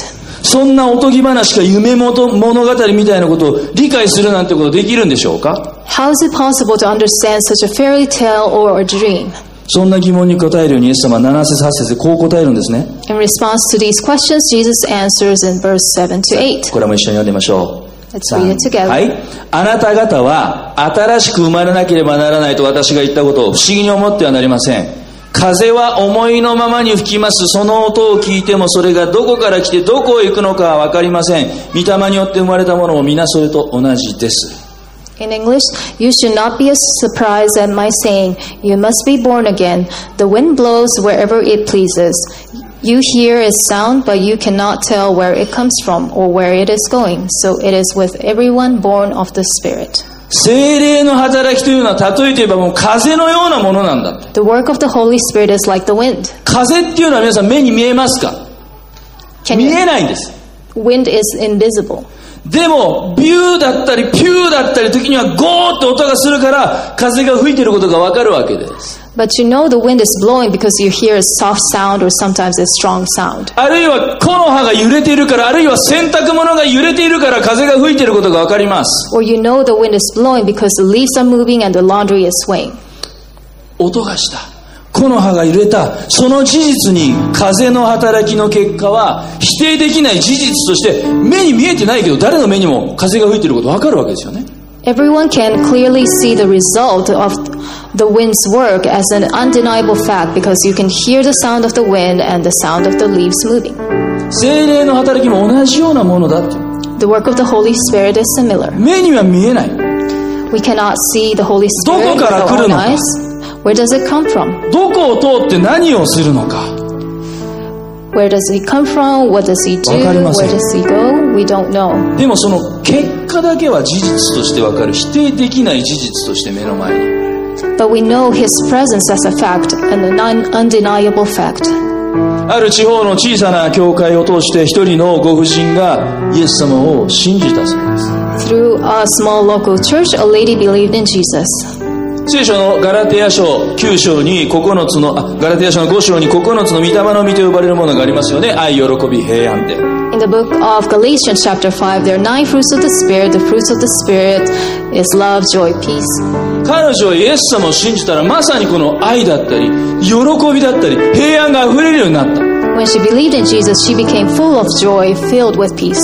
Speaker 1: そんなおとぎ話か夢元物語みたいなことを理解するなんてことできるんでしょうか
Speaker 2: How is it possible to understand such a fairy tale or a dream?
Speaker 1: そんな疑問に答えるようにイエス様は7節8節でこう答えるんですね
Speaker 2: In response to these questions, Jesus answers in verse 7 to 8.
Speaker 1: これも一緒に読んでみましょう
Speaker 2: Let's read it together.
Speaker 1: はいあなた方は新しく生まれなければならないと私が言ったことを不思議に思ってはなりません風は思いのままに吹きますその音を聞いてもそれがどこから来てどこへ行くのかは分かりません御霊によって生まれたものも皆それと同じです
Speaker 2: In English, you should not be surprised at my saying, You must be born again. The wind blows wherever it pleases. You hear its sound, but you cannot tell where it comes from or where it is going. So it is with everyone born of the Spirit.
Speaker 1: 精霊の働きというのは例えて言えばもう風のようなものなんだって
Speaker 2: The work of the Holy Spirit is like the wind.
Speaker 1: 風っていうのは皆さん目に見えますか
Speaker 2: Can
Speaker 1: 見
Speaker 2: you?
Speaker 1: えないんです
Speaker 2: Wind is invisible.
Speaker 1: でも、ビューだったり、ピューだったり、時にはゴーって音がするから、風が吹いてることがわかるわけです。
Speaker 2: But you know the wind is blowing because you hear a soft sound or sometimes a strong sound.
Speaker 1: あるいは、木の葉が揺れているから、あるいは洗濯物が揺れているから、風が吹いてることがわかります。
Speaker 2: Or you know the wind is blowing because the leaves are moving and the laundry is swaying.
Speaker 1: 音がした。木の葉が揺れた。その事実に、風の働きの結果は、否定できない事実として、目に見えてないけど、誰の目にも風が吹いてることわかるわけですよね。
Speaker 2: Everyone can clearly see the result of the wind's work as an undeniable fact because you can hear the sound of the wind and the sound of the leaves moving.
Speaker 1: 精霊の働きも同じようなものだって。
Speaker 2: The work of the Holy Spirit is similar.
Speaker 1: 目には見えない。
Speaker 2: We cannot see the Holy Spirit
Speaker 1: ど
Speaker 2: with
Speaker 1: こから来るのか？
Speaker 2: our own eyes. Where does it come from?
Speaker 1: どこを通って何をするのか。
Speaker 2: Where does he come from? What does he do?
Speaker 1: わかりません。
Speaker 2: Where does he go? We don't know.
Speaker 1: でもその結果だけは事実としてわかる否定できない事実として目の前に
Speaker 2: But we know his presence as a fact and an un- undeniable fact.
Speaker 1: ある地方の小さな教会を通して一人のご婦人がイエス様を信じたそうです
Speaker 2: Through a small local church, a lady believed in Jesus.
Speaker 1: 聖書のガラテヤ書9章に9つのあガラテヤ書の5章に9つの御霊の実と呼ばれるものがありますよね愛喜び平安で
Speaker 2: In the book of Galatians, chapter 5, there are nine fruits of the Spirit. The fruits of the Spirit is love, joy, peace.
Speaker 1: 彼女はイエス様を信じたらまさにこの愛だったり喜びだったり平安が溢れるようになった
Speaker 2: When she believed in Jesus, she became full of joy, filled with peace.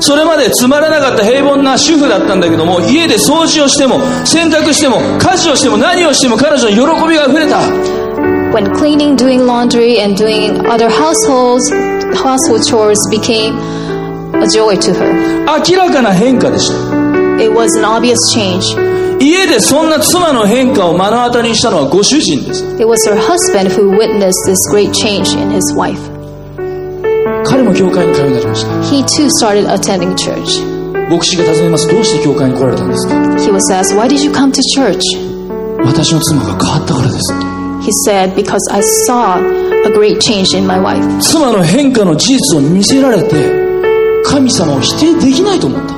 Speaker 1: それまでつまらなかった平凡な主婦だったんだけども家で掃除をしても洗濯しても家事をしても何をしても彼女の喜びが溢れた
Speaker 2: When cleaning, doing laundry, and doing other households, household chores became a joy to her.
Speaker 1: 明らかな変化でした
Speaker 2: It was an obvious change.
Speaker 1: 家でそんな妻の変化を目の当たりにしたのはご主人です
Speaker 2: It was her husband who witnessed this great change in his wife.
Speaker 1: 彼も教会に通いになりました
Speaker 2: He too started attending church.
Speaker 1: 牧師が尋ねますどうして教会に来られたんですか
Speaker 2: He was asked, Why did you come to church?
Speaker 1: 私の妻が変わったからです
Speaker 2: He said, Because I saw a great change in my wife.
Speaker 1: 妻の変化の事実を見せられて神様を否定できないと思った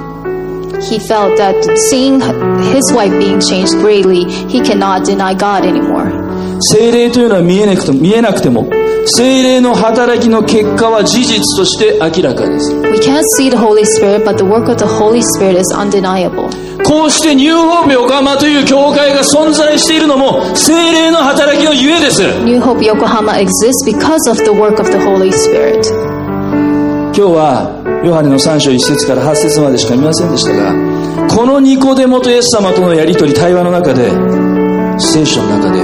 Speaker 2: He felt that seeing his wife being changed greatly, he cannot deny God anymore.
Speaker 1: 精霊というのは見えなくても見えなくても精霊の働きの結果は事実として明らかです
Speaker 2: We can't see the Holy Spirit, but the work of the Holy Spirit is undeniable.
Speaker 1: こうしてニューホープ横浜という教会が存在しているのも精霊の働きのゆえです
Speaker 2: New Hope Yokohama exists because of the work of the Holy Spirit.
Speaker 1: 今日はヨハネの3章1節から8節までしか見ませんでしたがこのニコデモとイエス様とのやり取り対話の中で聖書の中で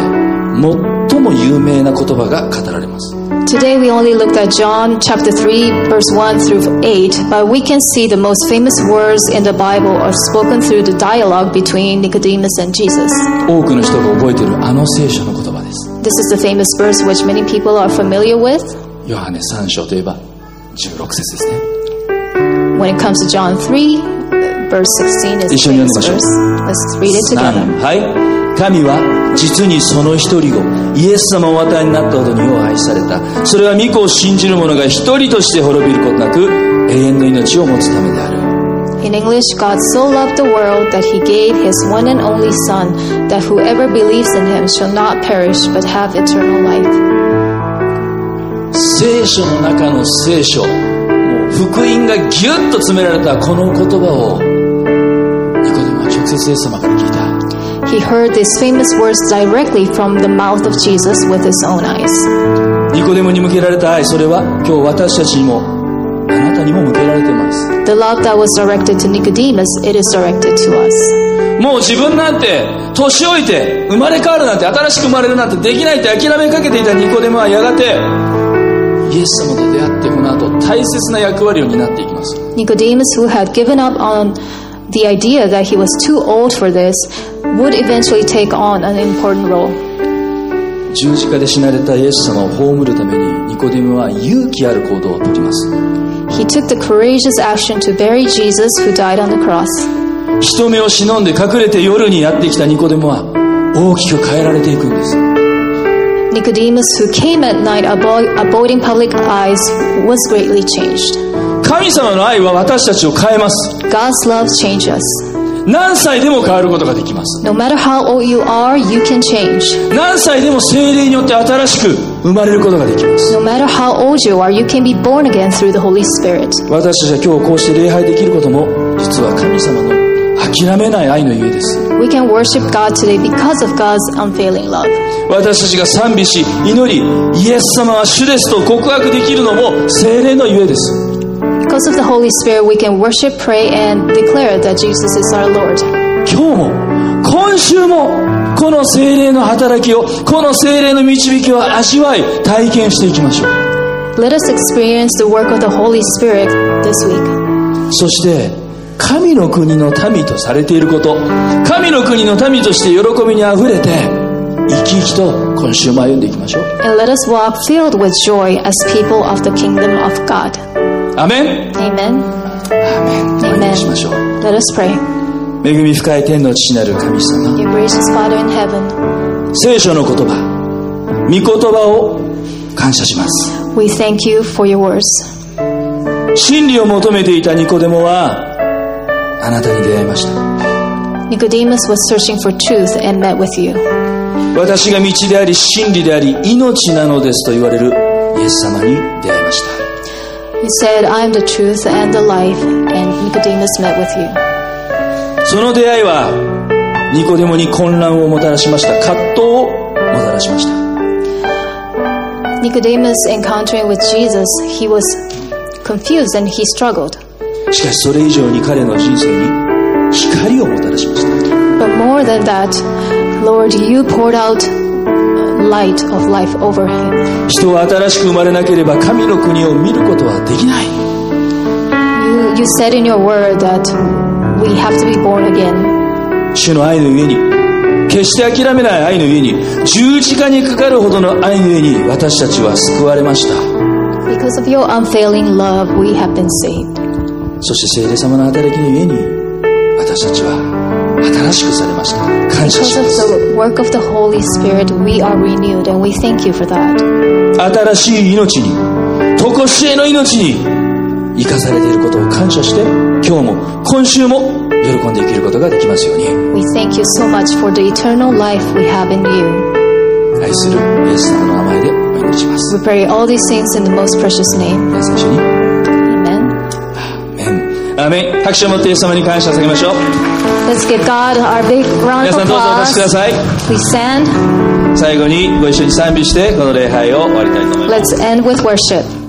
Speaker 1: 最も有名な言葉が語られます
Speaker 2: Today we only looked at John chapter 3 verse 1 through 8, but we can see the most famous words in the Bible are spoken through the dialogue between Nicodemus and Jesus.
Speaker 1: 多くの人が覚えているあの聖書の言葉です
Speaker 2: This is the famous verse which many people are familiar with
Speaker 1: ヨハネ3章といえば16節ですね
Speaker 2: when it comes to John 3 verse 16 is the famous verse. Let's read it
Speaker 1: な
Speaker 2: together.
Speaker 1: はい神は実にその一人をイエス様をお与えになったほどにを愛されたそれは御子を信じる者が一人として滅びることなく永遠の命を持つためである
Speaker 2: In English, God so loved the world that he gave his one and only Son, that whoever believes in him shall not perish but have eternal life.
Speaker 1: 聖書の中の聖書もう福音がギュッと詰められたこの言葉をニコデモは直接イエス様から聞いた
Speaker 2: He heard these famous words directly from the mouth of Jesus with his own eyes.
Speaker 1: ニコデモに向けられた愛それは今日私たちにもあなたにも向けられています
Speaker 2: The love that was directed to Nicodemus, it is directed to us.
Speaker 1: もう自分なんて年老いて生まれ変わるなんて新しく生まれるなんてできないって諦めかけていたニコデモはやがてイエス様と出会ってこの後大切な役割を担っていきます
Speaker 2: Nicodemus, who had given up on the idea that he was too old for this, would eventually take on an important role.
Speaker 1: 十字架で死なれたイエス様を葬るためにニコデモは勇気ある行動をとります
Speaker 2: He took the courageous action to bury Jesus, who died on the cross.
Speaker 1: 人目を忍んで隠れて夜にやってきたニコデモは大きく変えられていくんです
Speaker 2: Nicodemus, who came at night abo- avoiding public eyes, was greatly changed.
Speaker 1: 神様の愛は私たちを変えます
Speaker 2: God's love changes us.
Speaker 1: 何歳でも変わることができます
Speaker 2: No matter how old you are, you can change.
Speaker 1: 何歳でも精霊によって新しく生まれることができます
Speaker 2: No matter how old you are, you can be born again through the Holy Spirit.
Speaker 1: 私たちは今日こうして礼拝できることも実は神様の諦めない愛のゆえです
Speaker 2: We can worship God today because of God's unfailing love.
Speaker 1: 私たちが賛美し祈りイエス様は主ですと告白できるのも精霊のゆえです
Speaker 2: Because of the Holy Spirit, we can worship, pray, and declare that Jesus is our Lord.
Speaker 1: 今日も今週もこの精霊の働きをこの精霊の導きを味わい体験していきましょう
Speaker 2: Let us experience the work of the Holy Spirit this week.
Speaker 1: そして神の国の民とされていること神の国の民として喜びにあふれて生き生きと今週も歩んでいきましょう
Speaker 2: And let us walk filled with joy as people of the kingdom of God.
Speaker 1: アメン
Speaker 2: Amen.
Speaker 1: お祈りしましょう
Speaker 2: Let us pray.
Speaker 1: 恵み深い天の父なる神様
Speaker 2: Your gracious Father in heaven,
Speaker 1: 聖書の言葉御言葉を感謝します
Speaker 2: we thank you for your words.
Speaker 1: 真理を求めていたニコデモはあなたに出会いました
Speaker 2: Nicodemus was searching for truth and met with you.
Speaker 1: 私が道であり真理であり命なのですと言われるイエス様に出会いまし
Speaker 2: and said, I am the truth and the life, and Nicodemus met with you.
Speaker 1: その出会いはニコデモに混乱をもたらしました葛藤をもたらしました
Speaker 2: Nicodemus encountering with Jesus, he was confused and he struggled.
Speaker 1: しかしそれ以上に彼の人生に光をもたらしました
Speaker 2: But more than that, Lord, you poured out light of life over him.
Speaker 1: 人は新しく生まれなければ神の国を見ることはできない
Speaker 2: You, you said in your word that we have to be born again.
Speaker 1: 主の愛のゆえに決して諦めない愛のゆえに十字架にかかるほどの愛のゆえに私たちは救われました
Speaker 2: Because of your unfailing love, we have been saved.
Speaker 1: そして聖霊様の働きのゆえに私たちは新しくされました感謝
Speaker 2: Because
Speaker 1: し
Speaker 2: of
Speaker 1: ます
Speaker 2: the work of the Holy Spirit, we are renewed, and we thank you for that.
Speaker 1: 新しい命に常しえの命に生かされていることを感謝して今日も今週も喜んで生きることができますように
Speaker 2: We thank you so much for the eternal life we have in you.
Speaker 1: 愛するイエス様の名前でお祈りします
Speaker 2: We pray all these things in the most precious name.
Speaker 1: 皆さん一緒に
Speaker 2: Amen.
Speaker 1: アーメンアーメン拍手を持ってイエス様に感謝を捧げましょう
Speaker 2: Let's give God our big round
Speaker 1: 皆
Speaker 2: of
Speaker 1: さんどうぞお
Speaker 2: applause.
Speaker 1: 越しください
Speaker 2: Please stand.
Speaker 1: 最後にご一緒に賛美してこの礼拝を終わりたいと思います
Speaker 2: Let's end with worship.